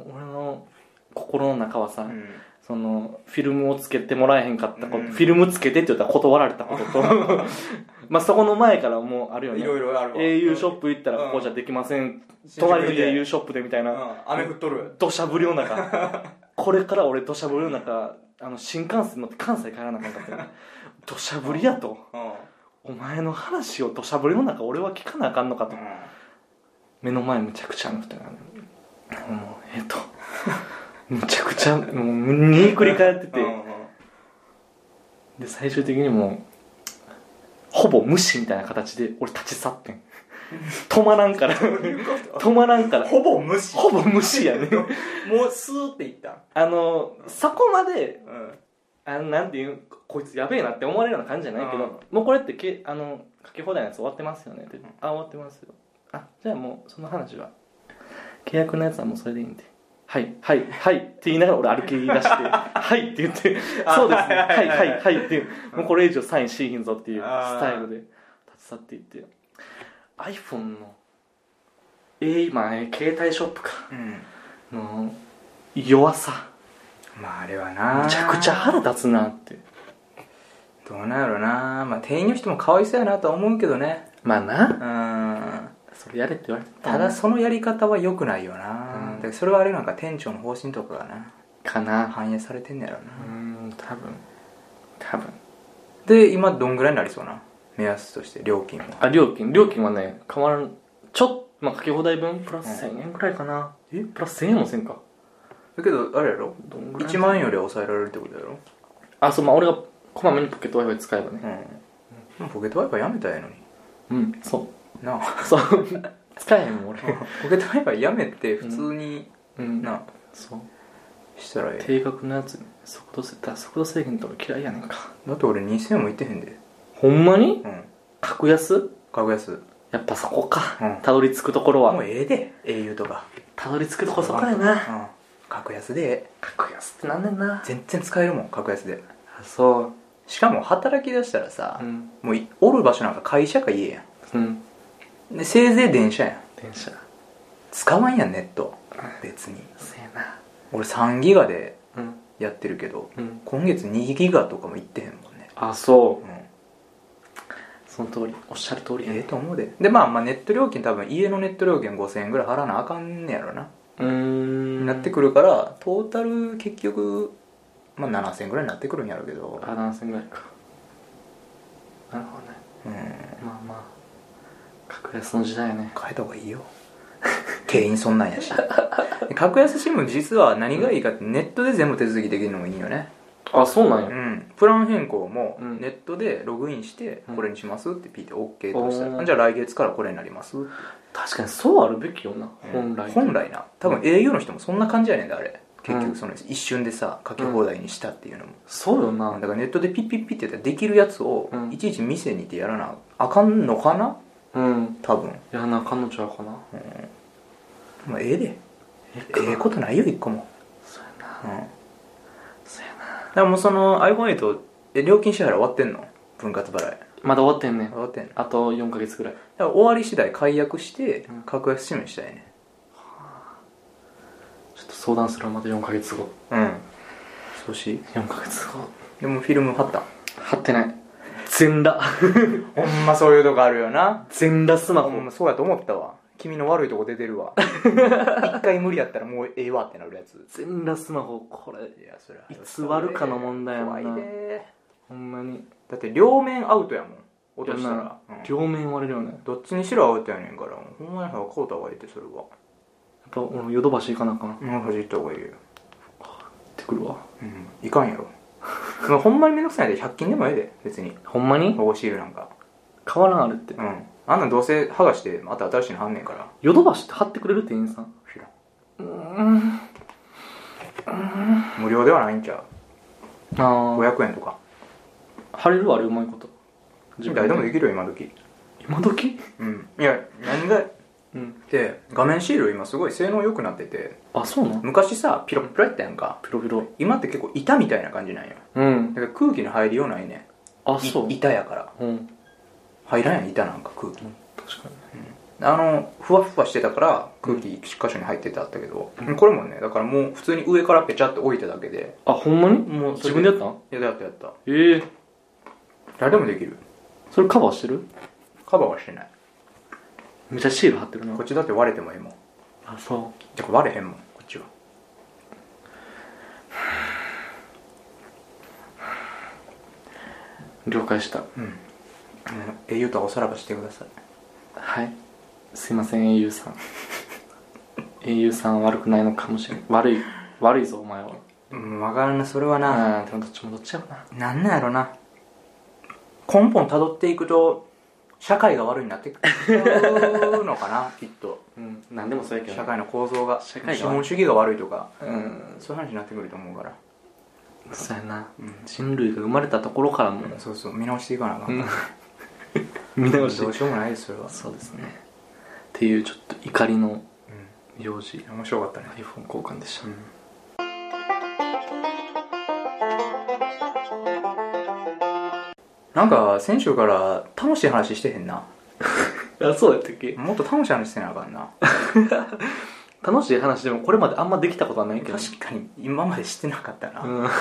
Speaker 2: う俺の心の中はさ、
Speaker 1: あうん
Speaker 2: そのフィルムをつけてもらえへんかったこと、
Speaker 1: うん
Speaker 2: フィルムつけてって言ったら断られたこと とまあそこの前からもうあるよね
Speaker 1: いろいろあるわ
Speaker 2: au ショップ行った
Speaker 1: う
Speaker 2: ら
Speaker 1: ん
Speaker 2: ここじゃできません、
Speaker 1: 新宿
Speaker 2: 隣の
Speaker 1: 見て
Speaker 2: au ショップでみたいな、
Speaker 1: うん雨降っとる
Speaker 2: 土砂降りの中 これから俺土砂降りの中あの新幹線乗って関西帰らなあかんか ったよね土砂降りやと
Speaker 1: うん
Speaker 2: お前の話を土砂降りの中俺は聞かなあかんのかと目の前むちゃくちゃ雨降ってるからもうえっとむちゃくちゃもう2繰り返ってて、
Speaker 1: うんうん
Speaker 2: で最終的にもうほぼ無視みたいな形で俺立ち去ってん止まらんから
Speaker 1: どう
Speaker 2: 止
Speaker 1: いうこと
Speaker 2: まらんから
Speaker 1: ほぼ無視
Speaker 2: ほぼ無視やね
Speaker 1: もうスーっていった
Speaker 2: あのそこまで
Speaker 1: うん
Speaker 2: あのなんていうんこいつやべえなって思われるような感じじゃないけ
Speaker 1: うん
Speaker 2: どもうこれってけあの書き放題のやつ終わってますよねって
Speaker 1: ん
Speaker 2: あ終わってますよあじゃあもうその話は契約のやつはもうそれでいいんではいはいはいって言いながら俺歩き出して「 はい」って言って「
Speaker 1: あ
Speaker 2: そうですね
Speaker 1: は
Speaker 2: はいい
Speaker 1: は
Speaker 2: はいい
Speaker 1: はい
Speaker 2: はい」ってもうこれ以上サインしいひんぞっていう
Speaker 1: あー
Speaker 2: スタイルで立ち去っていって iPhone のえー今ね携帯ショップか
Speaker 1: うん
Speaker 2: の弱さ
Speaker 1: まああれはな
Speaker 2: むちゃくちゃ腹立つなって
Speaker 1: どうなんやろなまあ店員の人もかわいそうやなとは思うけどね
Speaker 2: まあな
Speaker 1: うん
Speaker 2: それやれって言われて
Speaker 1: た
Speaker 2: た
Speaker 1: だ
Speaker 2: ら
Speaker 1: そのやり方は良くないよな、
Speaker 2: うん
Speaker 1: だからそれはあれなんか店長の方針とかがな
Speaker 2: かな
Speaker 1: 反映されてんねやろ
Speaker 2: う
Speaker 1: な、
Speaker 2: ん多分多分
Speaker 1: で今どんぐらいになりそうな目安として料金は
Speaker 2: あ料金料金はね変わらんちょっまあかけ放題分プラス1000円くらいかな、えプラス1000円もせんか
Speaker 1: だけどあれやろ
Speaker 2: どんぐらい
Speaker 1: 1万円よりは抑えられるってことやろ
Speaker 2: あそうまあ俺がこまめにポケット Wi-Fi 使えばね
Speaker 1: うんもうポケット Wi-Fi やめたらええのに
Speaker 2: うん そ
Speaker 1: なあ
Speaker 2: うそう使えへんもん俺
Speaker 1: ポケット Wi-Fi やめて普通に
Speaker 2: うん
Speaker 1: な
Speaker 2: そう
Speaker 1: したらええ
Speaker 2: 定額のやつに速度せだ速度制限とか嫌いやねんか
Speaker 1: だって俺2000円もいってへんで
Speaker 2: ほんまに
Speaker 1: うん
Speaker 2: 格安
Speaker 1: 格安
Speaker 2: やっぱそこか、
Speaker 1: うん
Speaker 2: たどり着くところ
Speaker 1: もう
Speaker 2: は
Speaker 1: ええで au とか
Speaker 2: たどり着くとこそこだよな
Speaker 1: うん格安で
Speaker 2: 格安ってなんねんな
Speaker 1: 全然使えるもん格安で
Speaker 2: あそう
Speaker 1: しかも働き出したらさ
Speaker 2: う、ん
Speaker 1: もういおる場所なんか会社か家や
Speaker 2: うん
Speaker 1: んでせいぜい電車やん
Speaker 2: 電車
Speaker 1: 使わんやんネット別に
Speaker 2: せやな
Speaker 1: 俺3ギガで
Speaker 2: うん
Speaker 1: やってるけど
Speaker 2: うん
Speaker 1: 今月2ギガとかも行ってへんもんね
Speaker 2: あそううんその通りおっしゃる通りや
Speaker 1: ええ
Speaker 2: ね
Speaker 1: と思うででまあまあネット料金多分家のネット料金5000円ぐらい払わなあかんねやろな、
Speaker 2: うーん
Speaker 1: なってくるからトータル結局まあ7000円ぐらいになってくるんやろうけど
Speaker 2: あ何千ぐらいかなるほどね
Speaker 1: うん
Speaker 2: まあまあ格安の時代やね
Speaker 1: 変えた方がいいよ 店員そんなんやしで格安新聞実は何がいいかってネットで全部手続きできるのもいいよね
Speaker 2: あそうなん
Speaker 1: う
Speaker 2: や
Speaker 1: んプラン変更も
Speaker 2: うん
Speaker 1: ネットでログインして
Speaker 2: うん
Speaker 1: これにしますってピーって OK とした
Speaker 2: お
Speaker 1: ら
Speaker 2: ー
Speaker 1: じゃあ来月からこれになります
Speaker 2: 確かにそうあるべきよな本来
Speaker 1: 本来な多分営業の人もそんな感じやねんだあれ結局その一瞬でさかけ放題にしたっていうのも、
Speaker 2: そうよな
Speaker 1: だからネットでピッピッピッってやったらできるやつを
Speaker 2: うん
Speaker 1: いちいち店に行ってやらなあかんのかな
Speaker 2: うん
Speaker 1: 多分、
Speaker 2: いやな彼女はかな
Speaker 1: まあ、ええで
Speaker 2: え
Speaker 1: ええことないよ一個も、
Speaker 2: そうや
Speaker 1: う、
Speaker 2: なん
Speaker 1: だ
Speaker 2: そうやな
Speaker 1: からもうその iPhone8 え料金支払い終わってんの分割払い
Speaker 2: まだ終わってんねん
Speaker 1: 終わってんのだか
Speaker 2: あと4ヶ月ぐらい
Speaker 1: ら終わり次第解約して
Speaker 2: うん
Speaker 1: 格安指名したいね
Speaker 2: ちょっと相談するわまた4ヶ月後
Speaker 1: うんそうし
Speaker 2: 4ヶ月 後
Speaker 1: でもフィルム貼った
Speaker 2: 貼ってない全裸
Speaker 1: ほんまそういうとこあるよな
Speaker 2: 全裸スマホ
Speaker 1: ほんまそうやと思ったわ君の悪いとこ出て るわ一回無理やったらもうええわってなるやつ
Speaker 2: 全裸スマホこれ
Speaker 1: いやそれ
Speaker 2: 偽るかの問題やもんな
Speaker 1: 怖いで
Speaker 2: ほんまに
Speaker 1: だって両面アウトやもん落とした
Speaker 2: いや
Speaker 1: ら、うん
Speaker 2: 両面割れるよねやっ
Speaker 1: どっちにしろアウトやねんからもうほんまに早く買うた方がいいってそれは
Speaker 2: ぱ俺もヨドバシ行かなあかんっ
Speaker 1: うん走った方がいいよ
Speaker 2: てくるわ
Speaker 1: うんいかんや ろでもほんまにめんどくさいで100均でもええで別に
Speaker 2: ほんまに
Speaker 1: 保護シールなんか
Speaker 2: 変わらんあれって
Speaker 1: うんあんなんどうせ剥がしてまた新しいの貼んねんから
Speaker 2: ヨドバシって貼ってくれる店員さん
Speaker 1: 知らん
Speaker 2: うーんあ
Speaker 1: 無料ではないんちゃう
Speaker 2: あ
Speaker 1: 500円とか
Speaker 2: 貼れるわあれうまいこと
Speaker 1: 誰でもできるよ今時
Speaker 2: 今時
Speaker 1: うんいや何が
Speaker 2: うん
Speaker 1: で画面シール今すごい性能良くなってて
Speaker 2: あそうなん
Speaker 1: 昔さピロッピロやったやんか
Speaker 2: ピロピロ
Speaker 1: 今って結構板みたいな感じなんよ
Speaker 2: うん
Speaker 1: だから空気の入りようないね
Speaker 2: あ
Speaker 1: い
Speaker 2: そう
Speaker 1: 板やから
Speaker 2: うん
Speaker 1: 入らんやん板なんか空気
Speaker 2: 確かに
Speaker 1: あのふわふわしてたから空気一箇所に入っててあったけど、これもねだからもう普通に上からペチャって置いただけで
Speaker 2: あほんまに
Speaker 1: もう
Speaker 2: 自分でやったたん
Speaker 1: いやだってやった
Speaker 2: ええ
Speaker 1: 誰でもできる
Speaker 2: それカバーしてる
Speaker 1: カバーはしてない
Speaker 2: めっちゃシール貼ってるな
Speaker 1: こっちだって割れてもええもん
Speaker 2: あそ
Speaker 1: てか割れへんもんこっちは
Speaker 2: う了解した
Speaker 1: うんえゆうたおさらばしてください
Speaker 2: はいすいません英雄さん英雄さんは悪くないのかもしれない悪い悪いぞお前は
Speaker 1: うん分からんなそれはな、
Speaker 2: ああでもどっちもどっちやろな
Speaker 1: なんなんやろな根本辿っていくと社会が悪いになってく るのかなきっと
Speaker 2: うん何でもそうやけど
Speaker 1: 社会の構造が
Speaker 2: 社会が悪い
Speaker 1: 資本主義が悪いとか
Speaker 2: うん
Speaker 1: そういう話になってくると思うから、
Speaker 2: そうやな
Speaker 1: うん
Speaker 2: 人類が生まれたところからも
Speaker 1: そうそう見直していかなあかん、
Speaker 2: うん 見直し
Speaker 1: どうしようもないですそれは、
Speaker 2: そうですねっていうちょっと怒りの
Speaker 1: う
Speaker 2: 幼児
Speaker 1: ん、面白かったね、
Speaker 2: iPhone 交換でした
Speaker 1: うんなんか先週から楽しい話してへんな
Speaker 2: あそうやったっけ
Speaker 1: もっと楽しい話してなあかんな
Speaker 2: 楽しい話でもこれまであんまできたことはないけど
Speaker 1: 確かに今までしてなかったな、
Speaker 2: うん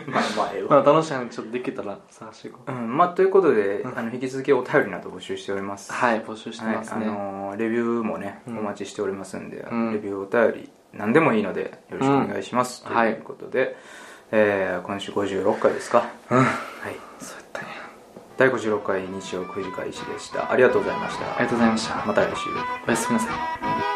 Speaker 1: まあまあええわ
Speaker 2: まあ楽しい話ちょっとできたら探していこう
Speaker 1: うんまあ、ということで、
Speaker 2: うん
Speaker 1: あの引き続きお便りなど募集しております
Speaker 2: はい募集してますね、
Speaker 1: はいあのーレビューもね、
Speaker 2: うん
Speaker 1: お待ちしておりますんで、
Speaker 2: ん
Speaker 1: レビューお便り何でもいいのでよろしくお願いします、
Speaker 2: うん
Speaker 1: ということで、えー今週56回ですか、
Speaker 2: うん
Speaker 1: はい、
Speaker 2: そうやったんや
Speaker 1: 第56回日曜9時開始でしたありがとうございまし
Speaker 2: あ
Speaker 1: た
Speaker 2: りがとうございました
Speaker 1: また来週
Speaker 2: おやすみなさい